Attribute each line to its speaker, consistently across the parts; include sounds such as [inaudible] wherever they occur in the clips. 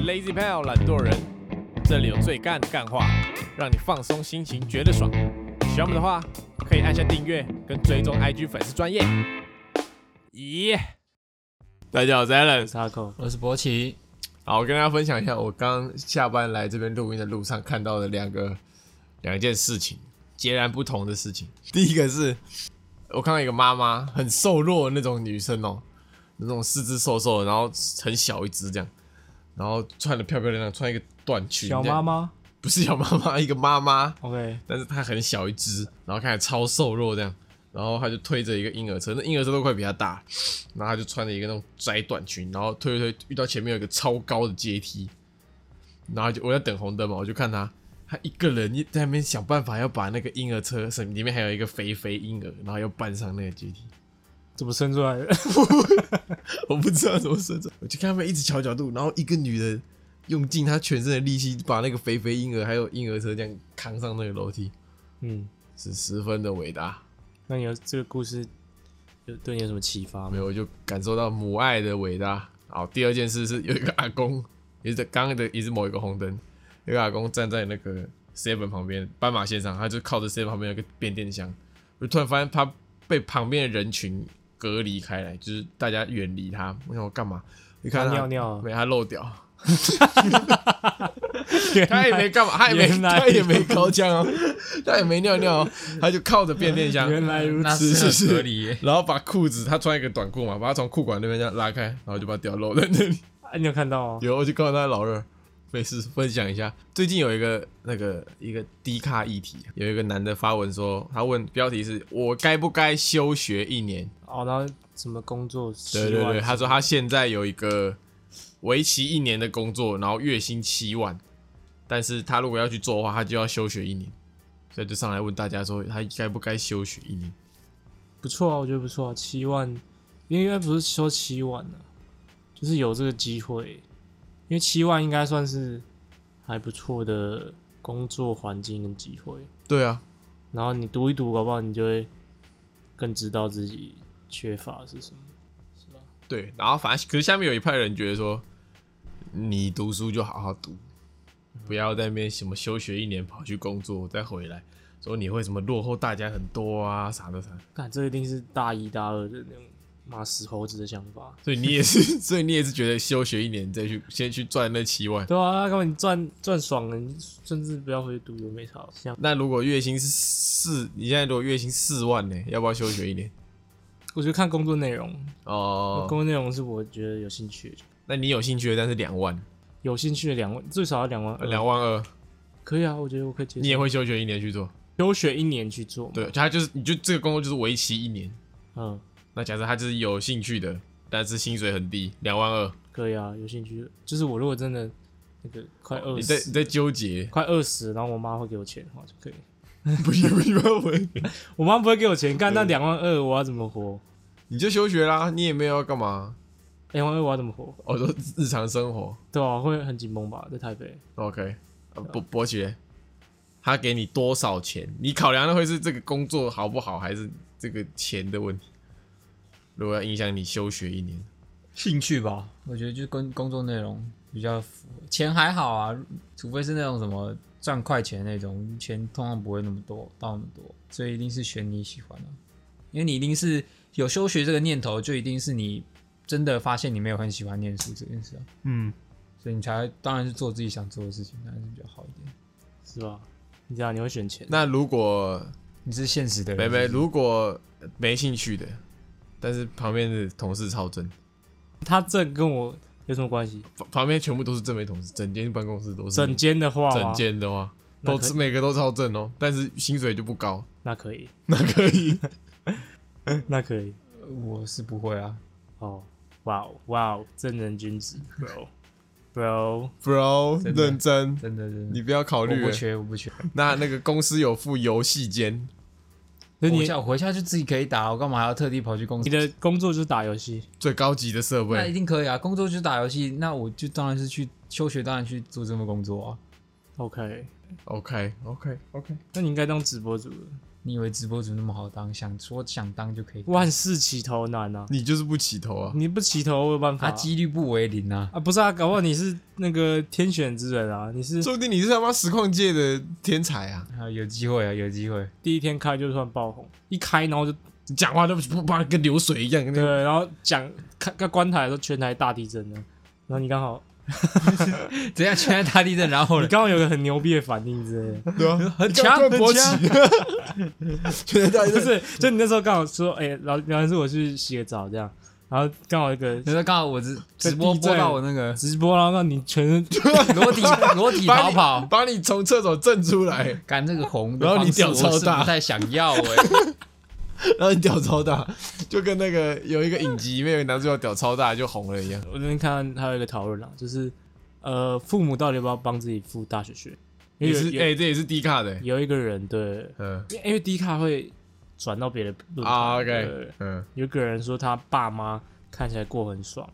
Speaker 1: Lazy Pal 懒惰人，这里有最干的干话，让你放松心情，觉得爽。喜欢我们的话，可以按下订阅跟追踪 IG 粉丝专业。咦，大家好，我是 Alan。
Speaker 2: 沙口，
Speaker 3: 我是博奇，
Speaker 1: 好，我跟大家分享一下我刚下班来这边录音的路上看到的两个两件事情，截然不同的事情。第一个是我看到一个妈妈很瘦弱的那种女生哦，那种四肢瘦瘦的，然后很小一只这样，然后穿的漂漂亮亮，穿一个短裙这
Speaker 2: 小
Speaker 1: 样。
Speaker 2: 妈妈
Speaker 1: 不是小妈妈，一个妈妈，
Speaker 2: ，OK，
Speaker 1: 但是她很小一只，然后看起来超瘦弱这样，然后她就推着一个婴儿车，那婴儿车都快比她大，然后她就穿着一个那种窄短裙，然后推推推遇到前面有一个超高的阶梯，然后就我在等红灯嘛，我就看她，她一个人在那边想办法要把那个婴儿车，什么里面还有一个肥肥婴儿，然后要搬上那个阶梯，
Speaker 2: 怎么生出来的？ [laughs]
Speaker 1: 我不知道怎么生长，我就看他们一直调角度，然后一个女的用尽她全身的力气把那个肥肥婴儿还有婴儿车这样扛上那个楼梯。
Speaker 2: 嗯，
Speaker 1: 是十分的伟大。
Speaker 2: 那你有这个故事有对你有什么启发
Speaker 1: 没
Speaker 2: 吗？
Speaker 1: 有，我就感受到母爱的伟大。好，第二件事是有一个阿公，也是在刚刚的也是某一个红灯，有一个阿公站在那个 seven 旁边斑马线上，他就靠着 seven 旁边有一个变电箱，我就突然发现他被旁边的人群隔离开来，就是大家远离他。我想我干嘛？你看
Speaker 2: 他
Speaker 1: 他
Speaker 2: 尿尿啊
Speaker 1: 没他漏掉。 [laughs] 他也没干嘛，他也没，
Speaker 2: 原来
Speaker 1: 他也没高腔哦， [laughs] 他也没尿尿
Speaker 2: [laughs]
Speaker 1: 哦，他就靠着变电箱，
Speaker 2: 原来如
Speaker 3: 那
Speaker 2: 此，
Speaker 1: 是是
Speaker 3: 很合
Speaker 1: 是
Speaker 3: 理耶，
Speaker 1: 然后把裤子，他穿一个短裤嘛，把他从裤管那边这样拉开，然后就把它掉漏在那里。 [laughs]
Speaker 2: [laughs] 啊你有看到哦？
Speaker 1: 有，我就告诉他老二，没事，分享一下。最近有一个那个一个低咖议题，有一个男的发文说，他问标题是我该不该休学一年？
Speaker 2: 哦，然后什么工作？
Speaker 1: 对对
Speaker 2: 10
Speaker 1: 对，
Speaker 2: 万
Speaker 1: 他说他现在有一个为期一年的工作，然后月薪七万，但是他如果要去做的话，他就要休学一年，所以就上来问大家说，哎他该不该休学一年？
Speaker 2: 不错啊，我觉得不错啊，七万，因为应该不是说七万啊，就是有这个机会，因为七万应该算是还不错的工作环境跟机会。
Speaker 1: 对啊，
Speaker 2: 然后你读一读，搞不好你就会更知道自己缺乏是什么。
Speaker 1: 对，然后反正可是下面有一派人觉得说，你读书就好好读，不要在那边什么休学一年跑去工作再回来，说你会什么落后大家很多啊啥的啥的，
Speaker 2: 看，这一定是大一大二的那种骂死猴子的想法。
Speaker 1: 所以你也是， [laughs] 所以你也是觉得休学一年再去先去赚那七万。
Speaker 2: 对啊，那根本你赚赚爽了，你甚至不要回去读有没差。像
Speaker 1: 那如果月薪是四，你现在如果月薪四万呢，要不要休学一年？
Speaker 2: 我觉得看工作内容，
Speaker 1: 哦、
Speaker 2: 工作内容是我觉得有兴趣的，
Speaker 1: 那你有兴趣的，但是两万，
Speaker 2: 有兴趣的两万，最少要两万二。
Speaker 1: 两万二，
Speaker 2: 可以啊，我觉得我可以接受。
Speaker 1: 你也会休学一年去做？
Speaker 2: 休学一年去做嘛？
Speaker 1: 对，他就是你就这个工作就是为期一年。
Speaker 2: 嗯，
Speaker 1: 那假设他就是有兴趣的，但是薪水很低，两万二，
Speaker 2: 可以啊，有兴趣的。就是我如果真的那个快二
Speaker 1: 哦你在
Speaker 2: 十、，
Speaker 1: 你在纠结 [laughs]
Speaker 2: 快二十，然后我妈会给我钱的话就可以。
Speaker 1: 不行不行不行，
Speaker 2: 我妈不会给我钱，干那两万二我要怎么活？
Speaker 1: 你就休学啦，你也没有要干嘛，
Speaker 2: 两万二我要怎么活？
Speaker 1: 我、说日常生活
Speaker 2: 对啊，会很紧绷吧，在台北。啊
Speaker 1: ，OK，呃博博学，他给你多少钱？你考量的会是这个工作好不好，还是这个钱的问题？如果要影响你休学一年，
Speaker 3: 兴趣吧，我觉得就跟工作内容比较符合，钱还好啊，除非是那种什么赚快钱那种，钱通常不会那么多到那么多，所以一定是选你喜欢的、因为你一定是有休学这个念头，就一定是你真的发现你没有很喜欢念书这件事啊，
Speaker 2: 嗯，
Speaker 3: 所以你才当然是做自己想做的事情，当然是比较好一点。
Speaker 2: 是吧？你知道你会选钱，
Speaker 1: 那如果
Speaker 3: 你是现实的人，
Speaker 1: 没
Speaker 3: 是
Speaker 1: 没
Speaker 3: 不是
Speaker 1: 如果没兴趣的，但是旁边的同事超真，
Speaker 2: 他这跟我有什么关系？
Speaker 1: 旁旁边全部都是正妹同事，整间办公室都是
Speaker 2: 整间的话吗，
Speaker 1: 整间的话，
Speaker 2: 那
Speaker 1: 都
Speaker 2: 可以
Speaker 1: 每个都超正哦，但是薪水就不高， [laughs]
Speaker 2: 那可以， [laughs]
Speaker 1: 那可以。
Speaker 2: 那可以。
Speaker 3: 我是不会啊，
Speaker 2: 哦，哇哦哇哦，正人君子，bro bro，
Speaker 1: Bro，
Speaker 3: 真的
Speaker 1: 认真，
Speaker 3: 真的真的
Speaker 1: 你，不要考
Speaker 3: 我
Speaker 1: 虑
Speaker 3: 不
Speaker 1: 了。
Speaker 3: 缺我不缺。
Speaker 1: 那那个公司有附游戏间，
Speaker 2: 那
Speaker 3: 我
Speaker 2: 你
Speaker 3: 回家我回家就自己可以打，我干嘛还要特地跑去公司
Speaker 2: 你？的工作就是打游戏，
Speaker 1: 最高级的设
Speaker 3: 那
Speaker 1: 备
Speaker 3: 一。定可以啊，工作就是打游戏，那我就当然是去休学，当然去做这份工作啊。
Speaker 2: OK，
Speaker 1: OK OK OK，
Speaker 2: 那你应该当直播主了，
Speaker 3: 你以为直播主那么好当？想说想当就可以当？
Speaker 2: 万事起头难啊！
Speaker 1: 你就是不起头啊！
Speaker 2: 你不起头我有办法
Speaker 3: 啊，几率不为零啊！
Speaker 2: 啊？不是啊，搞不好你是那个天选之人啊，你是
Speaker 1: 说不定你是他妈实况界的天才啊！
Speaker 3: 啊，有机会啊，有机 [laughs] 会。
Speaker 2: 第一天开就算爆红，一开然后就
Speaker 1: 你讲话都不怕跟流水一样，跟那
Speaker 2: 对，
Speaker 1: 个
Speaker 2: 然后讲开刚关台的时候全台大地震呢，然后你刚好
Speaker 3: 怎样啊全在大地震，然后
Speaker 2: [laughs] 你
Speaker 3: 呢？
Speaker 2: 刚好有个很牛逼的反应之类
Speaker 1: [laughs]
Speaker 2: 的。
Speaker 1: 对啊，
Speaker 3: 很
Speaker 1: 你干嘛
Speaker 3: 强
Speaker 1: 突然勃起， [laughs] 全在大家
Speaker 2: 不是，就你那时候刚好说，哎、老老师我去洗个澡这样，然后刚好一个
Speaker 3: 你说刚好我直
Speaker 2: 在
Speaker 3: 直播
Speaker 2: 地震
Speaker 3: 播到我那个
Speaker 2: 直播，然后让你全身
Speaker 3: 裸体裸体
Speaker 1: 把
Speaker 3: 逃
Speaker 1: 你
Speaker 3: 跑，
Speaker 1: 把你从厕所震出来，
Speaker 3: 干这个红的
Speaker 1: 然后你
Speaker 3: 方式
Speaker 1: 屌超
Speaker 3: 我是
Speaker 1: 大
Speaker 3: 不太想要哎。
Speaker 1: 然后你屌超大，就跟那个有一个影集里面有个男主角屌超大就红了一样。
Speaker 2: 我那天看到还有一个讨论啊，就是呃，父母到底要不要帮自己付大学学？因
Speaker 1: 也
Speaker 2: 为
Speaker 1: 是
Speaker 2: 有
Speaker 1: 哎、
Speaker 2: 有,、
Speaker 1: 这也是低卡的、欸，
Speaker 2: 有一个人对，
Speaker 1: 嗯
Speaker 2: 因为因为迪卡会转到别的论坛
Speaker 1: 啊
Speaker 2: 对
Speaker 1: ，OK，嗯，
Speaker 2: 有一个人说他爸妈看起来过
Speaker 1: [laughs]
Speaker 2: 很爽，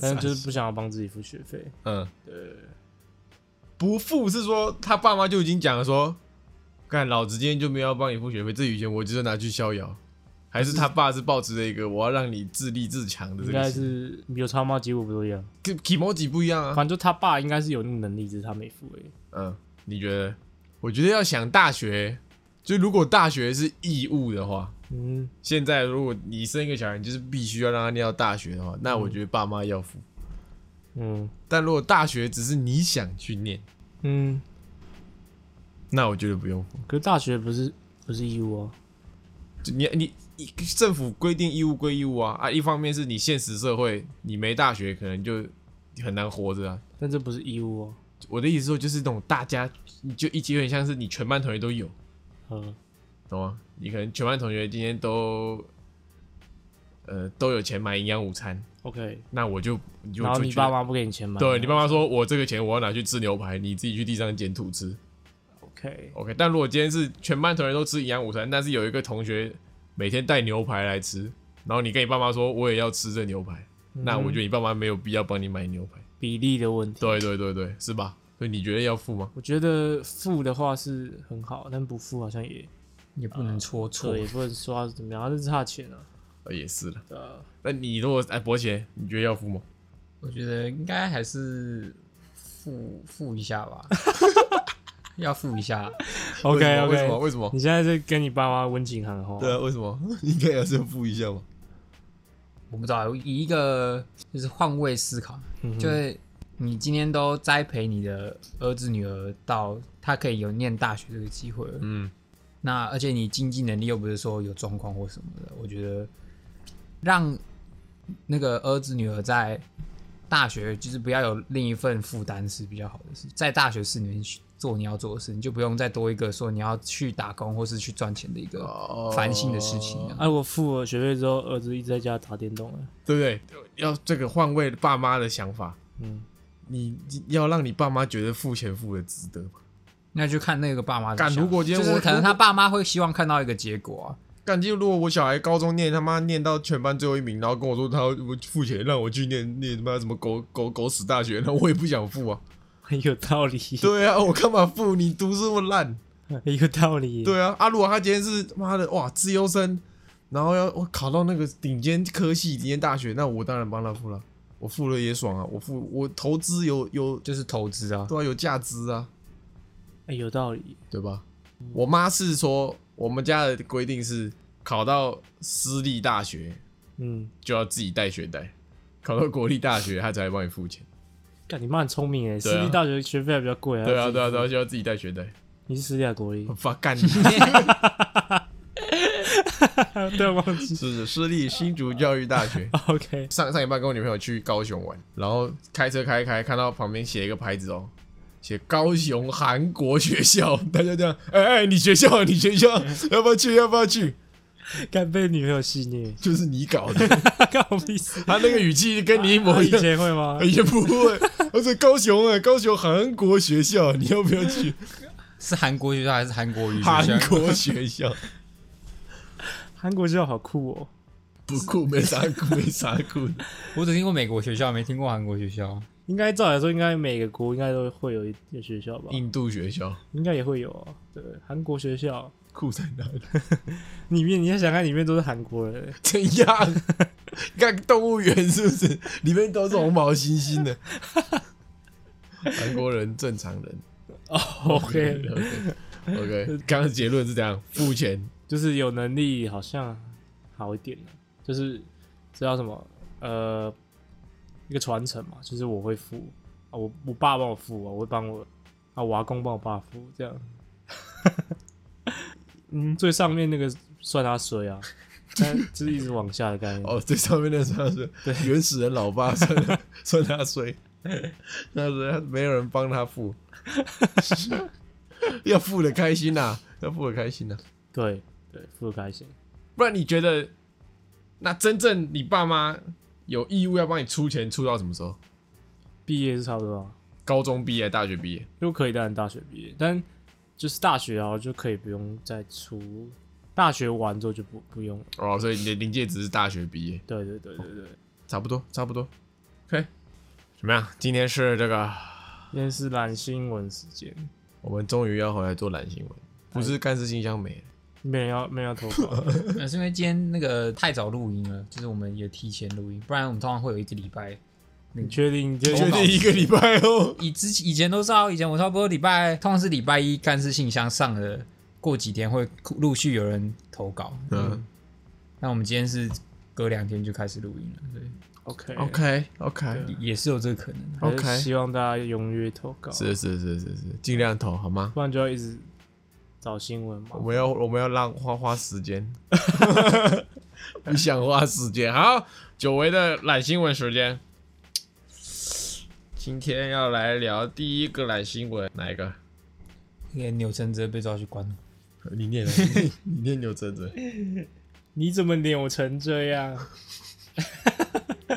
Speaker 2: 但是就是不想要帮自己付学费。
Speaker 1: 嗯，不付是说他爸妈就已经讲了说，干老子今天就没有要帮你付学费，这笔钱我就是拿去逍遥，还是他爸是抱持了一个我要让你自立自强的这个
Speaker 2: 应该
Speaker 1: 心，
Speaker 2: 是有超妈结果不都一样，
Speaker 1: 跟 k i m o j i 不一样啊。
Speaker 2: 反正就他爸应该是有那个能力，只是他没付而已。
Speaker 1: 嗯，你觉得？我觉得要想大学，就如果大学是义务的话，
Speaker 2: 嗯，
Speaker 1: 现在如果你生一个小孩，你就是必须要让他念到大学的话，那我觉得爸妈要付。
Speaker 2: 嗯
Speaker 1: 但如果大学只是你想去念，
Speaker 2: 嗯，
Speaker 1: 那我觉得不用付。
Speaker 2: 可是大学不是不是义务啊？
Speaker 1: 就你你你政府规定义务归义务啊啊，一方面是你现实社会你没大学可能就很难活着啊。
Speaker 2: 但这不是义务啊。
Speaker 1: 我的意思说就是那种大家你就一起有点像是你全班同学都有，
Speaker 2: 呃，
Speaker 1: 懂吗？你可能全班同学今天都呃都有钱买营养午餐，
Speaker 2: OK，
Speaker 1: 那我就你就
Speaker 2: 然后
Speaker 1: 就
Speaker 2: 你
Speaker 1: 觉
Speaker 2: 爸
Speaker 1: 得
Speaker 2: 妈不给你钱买，
Speaker 1: 对你爸妈说，我这个钱我要拿去吃牛排，你自己去地上捡土吃。
Speaker 2: OK，
Speaker 1: OK，但如果今天是全班同学都吃营养午餐，但是有一个同学每天带牛排来吃，然后你跟你爸妈说我也要吃这牛排，那我觉得你爸妈没有必要帮你买牛排。
Speaker 2: 比例的问题。
Speaker 1: 对对对对，是吧？所以你觉得要付吗？
Speaker 2: 我觉得付的话是很好，但不付好像也
Speaker 3: 也不能戳错
Speaker 2: 错，，也不能说他怎么样，他这是他的钱啊。
Speaker 1: 呃，也是了。
Speaker 2: 对啊，
Speaker 1: 那你如果哎，伯杰，你觉得要付吗？
Speaker 3: 我觉得应该还是付付一下吧，要付一下。
Speaker 2: OK
Speaker 1: 为什么为什
Speaker 2: OK，
Speaker 1: 么？为什么
Speaker 2: 你现在是跟你爸妈温情喊话，
Speaker 1: 对啊，为什么？ [laughs] 应该还是要付一下嘛。
Speaker 3: 我不知道，以一个就是换位思考，
Speaker 2: 嗯哼
Speaker 3: 就是你今天都栽培你的儿子女儿到他可以有念大学这个机会了，
Speaker 1: 嗯，
Speaker 3: 那而且你经济能力又不是说有状况或什么的，我觉得让那个儿子女儿在大学就是不要有另一份负担是比较好的事，在大学四年去做你要做的事，你就不用再多一个说你要去打工或是去赚钱的一个
Speaker 1: 哦
Speaker 3: 烦心的事情、啊。
Speaker 2: 啊，我付了学费之后，儿子一直在家打电动
Speaker 1: [laughs]
Speaker 2: 啊。
Speaker 1: 对不对？要这个换位爸妈的想法，
Speaker 2: 嗯，
Speaker 1: 你你要让你爸妈觉得付钱付的值得吧。
Speaker 3: 那就看那个爸妈怎么
Speaker 1: 干
Speaker 3: 想。
Speaker 1: 如果今天
Speaker 3: 就是
Speaker 1: 我
Speaker 3: 可能他爸妈会希望看到一个结果啊，
Speaker 1: 干，就如果我小孩高中念他妈念到全班最后一名，然后跟我说他要付钱让我去念念他妈什么狗狗狗屎大学，那我也不想付啊。
Speaker 2: 很有道理，
Speaker 1: [laughs] 对啊，我干嘛付？你读这么烂？
Speaker 2: 很 [laughs] 有道理。，
Speaker 1: 对啊，啊，如果他今天是妈的哇自优生，然后要我考到那个顶尖科系、顶尖大学，那我当然帮他付了，我付了也爽啊，我付我投资有有
Speaker 3: 就是投资啊。
Speaker 1: 对啊有价值啊，嗯
Speaker 2: 哎，有道理。
Speaker 1: 对吧？我妈是说我们家的规定是考到私立大学
Speaker 2: 嗯，
Speaker 1: 就要自己带学贷，考到国立大学他才会帮你付钱。
Speaker 2: 干你妈很聪明哎，
Speaker 1: 对啊
Speaker 2: 私立大学学费还比较贵
Speaker 1: [laughs]
Speaker 2: 啊。
Speaker 1: 对啊，对啊，对
Speaker 2: 啊，
Speaker 1: 啊，就要自己带学贷。
Speaker 2: 你是私立还是国立
Speaker 1: 我？发干，
Speaker 2: [laughs]
Speaker 1: [laughs]
Speaker 2: 对啊，忘记。
Speaker 1: 是私立新竹教育大学。
Speaker 2: [laughs] OK，
Speaker 1: 上上一半跟我女朋友去高雄玩，然后开车开一开，看到旁边写一个牌子哦，写高雄韩国学校，大家这样，哎、哎、你学校你学校 [laughs] 要不要去要不要去？
Speaker 2: 干被女朋友戏虐， [laughs]
Speaker 1: 就是你搞 [laughs] 的，
Speaker 2: 干我屁事。
Speaker 1: 他那个语气跟你一模一
Speaker 2: 以
Speaker 1: 样，哎
Speaker 2: 前会吗？ [laughs]
Speaker 1: 也不会。 [laughs] 他说高雄哎、高雄韩国学校，你要不要 [laughs] 去？
Speaker 3: 是韩国学校还是韩国语学
Speaker 1: 韩
Speaker 3: 校？
Speaker 1: 国学校
Speaker 2: 韩国学校好酷哦。
Speaker 1: 不酷，没啥酷，没啥酷的。
Speaker 3: 我只听过美国学校，没听过韩国学校。 [laughs]
Speaker 2: 应该照来说，应该每个
Speaker 1: 嗯
Speaker 2: 国应该都会有一个学校吧？
Speaker 1: 印度学校，
Speaker 2: 应该也会有啊。对，韩国学校
Speaker 1: 酷在哪里？ [laughs]
Speaker 2: 里面你要想看，里面都是韩国人，
Speaker 1: 怎样？ [laughs] 你看动物园是不是里面都是红毛猩猩的？韩国人正常人。
Speaker 2: OK，
Speaker 1: OK，刚刚结论是这样，付钱
Speaker 2: 就是有能力好像好一点了，就是知道什么呃一个传承嘛，就是我会付啊，我我爸帮我付啊，我会帮我啊，我阿公帮我爸付这样。嗯，最上面那个算他衰啊，但就是一直往下的概念。
Speaker 1: [laughs] 哦，最上面那算是原始人老爸算他算他衰，那是他没有人帮他付， [laughs] 要付的开心呐、啊要付的开心呐、
Speaker 2: 对对，付的开心。
Speaker 1: 不然你觉得那真正你爸妈有义务要帮你出钱出到什么时候？
Speaker 2: 毕业是差不多、啊，
Speaker 1: 高中毕业、大学毕业，
Speaker 2: 如果可以当然大学毕业，但就是大学啊就可以不用再出，大学完之后就不不用了。
Speaker 1: 哦，所以你的临界值是大学毕业，
Speaker 2: 对对对对对，
Speaker 1: 差不多，差不多。OK，怎么样？今天是这个，
Speaker 2: 今天是懒新闻时间，
Speaker 1: 我们终于要回来做懒新闻，不是干事信箱没了。
Speaker 2: 没人要没人要投
Speaker 1: [laughs]
Speaker 2: 稿，
Speaker 3: 那呃是因为今天那个太早录音了，就是我们也提前录音，不然我们通常会有一个礼拜。
Speaker 2: 你确定？你确
Speaker 1: 确
Speaker 2: 定？
Speaker 1: 定一个礼拜哦。
Speaker 3: 以之以前都是啊，以前我差不多礼拜，通常是礼拜一干事信箱上的，过几天会陆续有人投稿。
Speaker 1: 嗯
Speaker 3: 那我们今天是隔两天就开始录音了，对，
Speaker 2: OK
Speaker 1: ，OK OK，
Speaker 3: 也是有这个可能的。
Speaker 2: 还是
Speaker 1: OK
Speaker 2: 希望大家踊跃投稿，
Speaker 1: 是是是是是，尽量投好吗？
Speaker 2: 不然就要一直找新闻嘛
Speaker 1: 我。们要我们要让花花时间， [laughs] 不想花时间。好，久违的懒新闻时间，今天要来聊第一个懒新闻，哪一个？
Speaker 3: 那个钮承泽被抓去关了，
Speaker 1: 你念， [laughs] 你念牛真真。
Speaker 2: 你怎么扭成这样？ [laughs]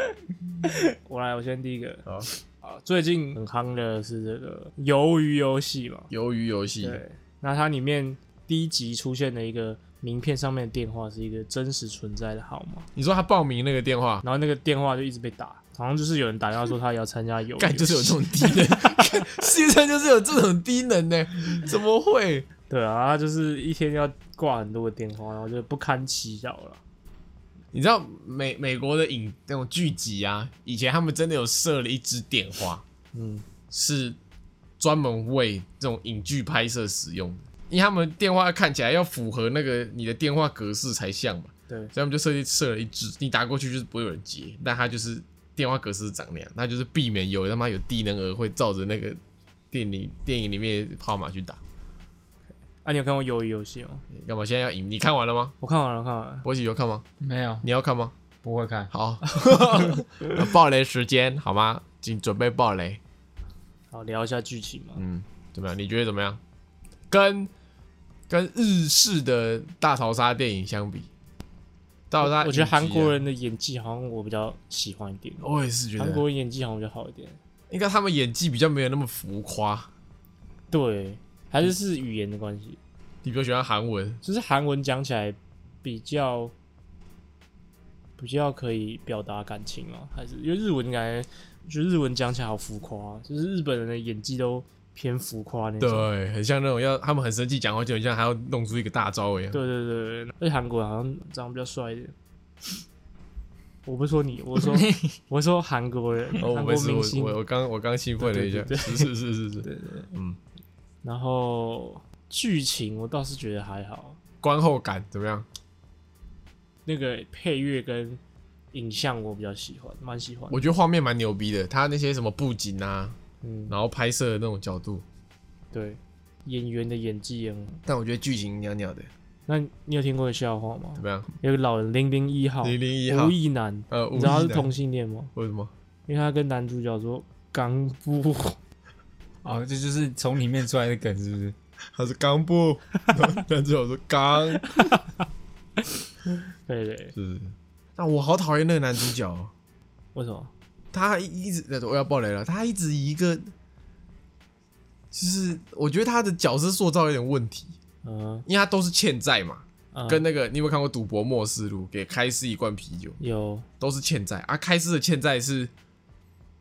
Speaker 2: 我来，我先第一个
Speaker 1: 好，
Speaker 2: 啊，最近很夯的是这个鱿鱼游戏嘛，
Speaker 1: 鱿鱼游戏，
Speaker 2: 对，那它里面第一集出现的一个名片上面的电话是一个真实存在的号码，
Speaker 1: 你说他报名那个电话，
Speaker 2: 然后那个电话就一直被打，好像就是有人打电话说他也要参加游
Speaker 1: 干
Speaker 2: 戏，
Speaker 1: 就是有这种低能， [laughs] 干世界上就是有这种低能呢，怎么会？
Speaker 2: 对啊，他就是一天要挂很多个电话，然后就不堪其扰了。
Speaker 1: 你知道美美国的影那种剧集啊，以前他们真的有设了一支电话，
Speaker 2: 嗯，
Speaker 1: 是专门为这种影剧拍摄使用的，因为他们电话看起来要符合那个你的电话格式才像嘛，
Speaker 2: 对
Speaker 1: 所以他们就设计设了一支，你打过去就是不会有人接，但它就是电话格式是长那样，那就是避免有他妈有低能儿会照着那个电影电影里面的号码去打。
Speaker 2: 啊，你有看过《鱿鱼游戏》吗？
Speaker 1: 你干嘛？现在要赢？你看完了吗？
Speaker 2: 我看完了，看完了。
Speaker 1: 波奇有看吗？
Speaker 3: 没有，
Speaker 1: 你要看吗？
Speaker 3: 不会 [laughs] 看。
Speaker 1: 好， [laughs] 爆雷时间好吗？请准备爆雷。
Speaker 2: 好，聊一下剧情嘛。
Speaker 1: 嗯，怎么样？你觉得怎么样？跟跟日式的大逃杀电影相比，大逃杀、啊
Speaker 2: 我觉得韩国，人的演技好像我比较喜欢一点，
Speaker 1: 我也哦是啊觉
Speaker 2: 韩
Speaker 1: 得，
Speaker 2: 国人演技好像比较好一点。
Speaker 1: 应该他们演技比较没有那么浮夸。
Speaker 2: 对，还是是语言的关系，
Speaker 1: 你比较喜欢韩文，
Speaker 2: 就是韩文讲起来比较比较可以表达感情嘛，还是因为日文感觉，我觉得日文讲起来好浮夸，啊就是日本人的演技都偏浮夸那种。
Speaker 1: 对，很像那种要他们很生气讲话，就很像还要弄出一个大招一样。
Speaker 2: 对对对对，而且韩国人好像长得比较帅一点。我不是说你，我是说
Speaker 1: [laughs]
Speaker 2: 我是说韩国人，
Speaker 1: 哦，我
Speaker 2: 韩
Speaker 1: 没
Speaker 2: 国
Speaker 1: 事，
Speaker 2: 明
Speaker 1: 我
Speaker 2: 星。
Speaker 1: 我我刚我刚兴奋了一下，
Speaker 2: 对对
Speaker 1: 是是是是是，
Speaker 2: 对对对，
Speaker 1: 嗯。
Speaker 2: 然后剧情我倒是觉得还好，
Speaker 1: 观后感怎么样？
Speaker 2: 那个配乐跟影像我比较喜欢，蛮喜欢的。
Speaker 1: 我觉得画面蛮牛逼的，他那些什么布景啊，
Speaker 2: 嗯，
Speaker 1: 然后拍摄的那种角度，
Speaker 2: 对，演员的演技也很好。
Speaker 1: 但我觉得剧情袅袅的，
Speaker 2: 那你有听过一个笑话吗
Speaker 1: 怎？么样？
Speaker 2: 有个老人零零一号，
Speaker 1: 零零一号
Speaker 2: 吴，亦男，
Speaker 1: 呃，
Speaker 2: 你知道他是
Speaker 1: 吴亦男
Speaker 2: 同性恋吗？
Speaker 1: 为什么？
Speaker 2: 因为他跟男主角说港
Speaker 1: [laughs]
Speaker 2: 不，
Speaker 3: 哦，这就是从里面出来的梗，是不是？
Speaker 1: 他是刚 [laughs] 布，然后男主角说刚，
Speaker 2: 对对对，
Speaker 1: 是。那我好讨厌那个男主角哦，
Speaker 2: 为什么？
Speaker 1: 他一一直呃我要爆雷了，他一直以一个，就是我觉得他的角色塑造有点问题，
Speaker 2: 嗯、
Speaker 1: 因为他都是欠债嘛，
Speaker 2: 呃，
Speaker 1: 跟那个你有没有看过《赌博默示录》给开司一罐啤酒，
Speaker 2: 有
Speaker 1: 都是欠债啊，开司的欠债是，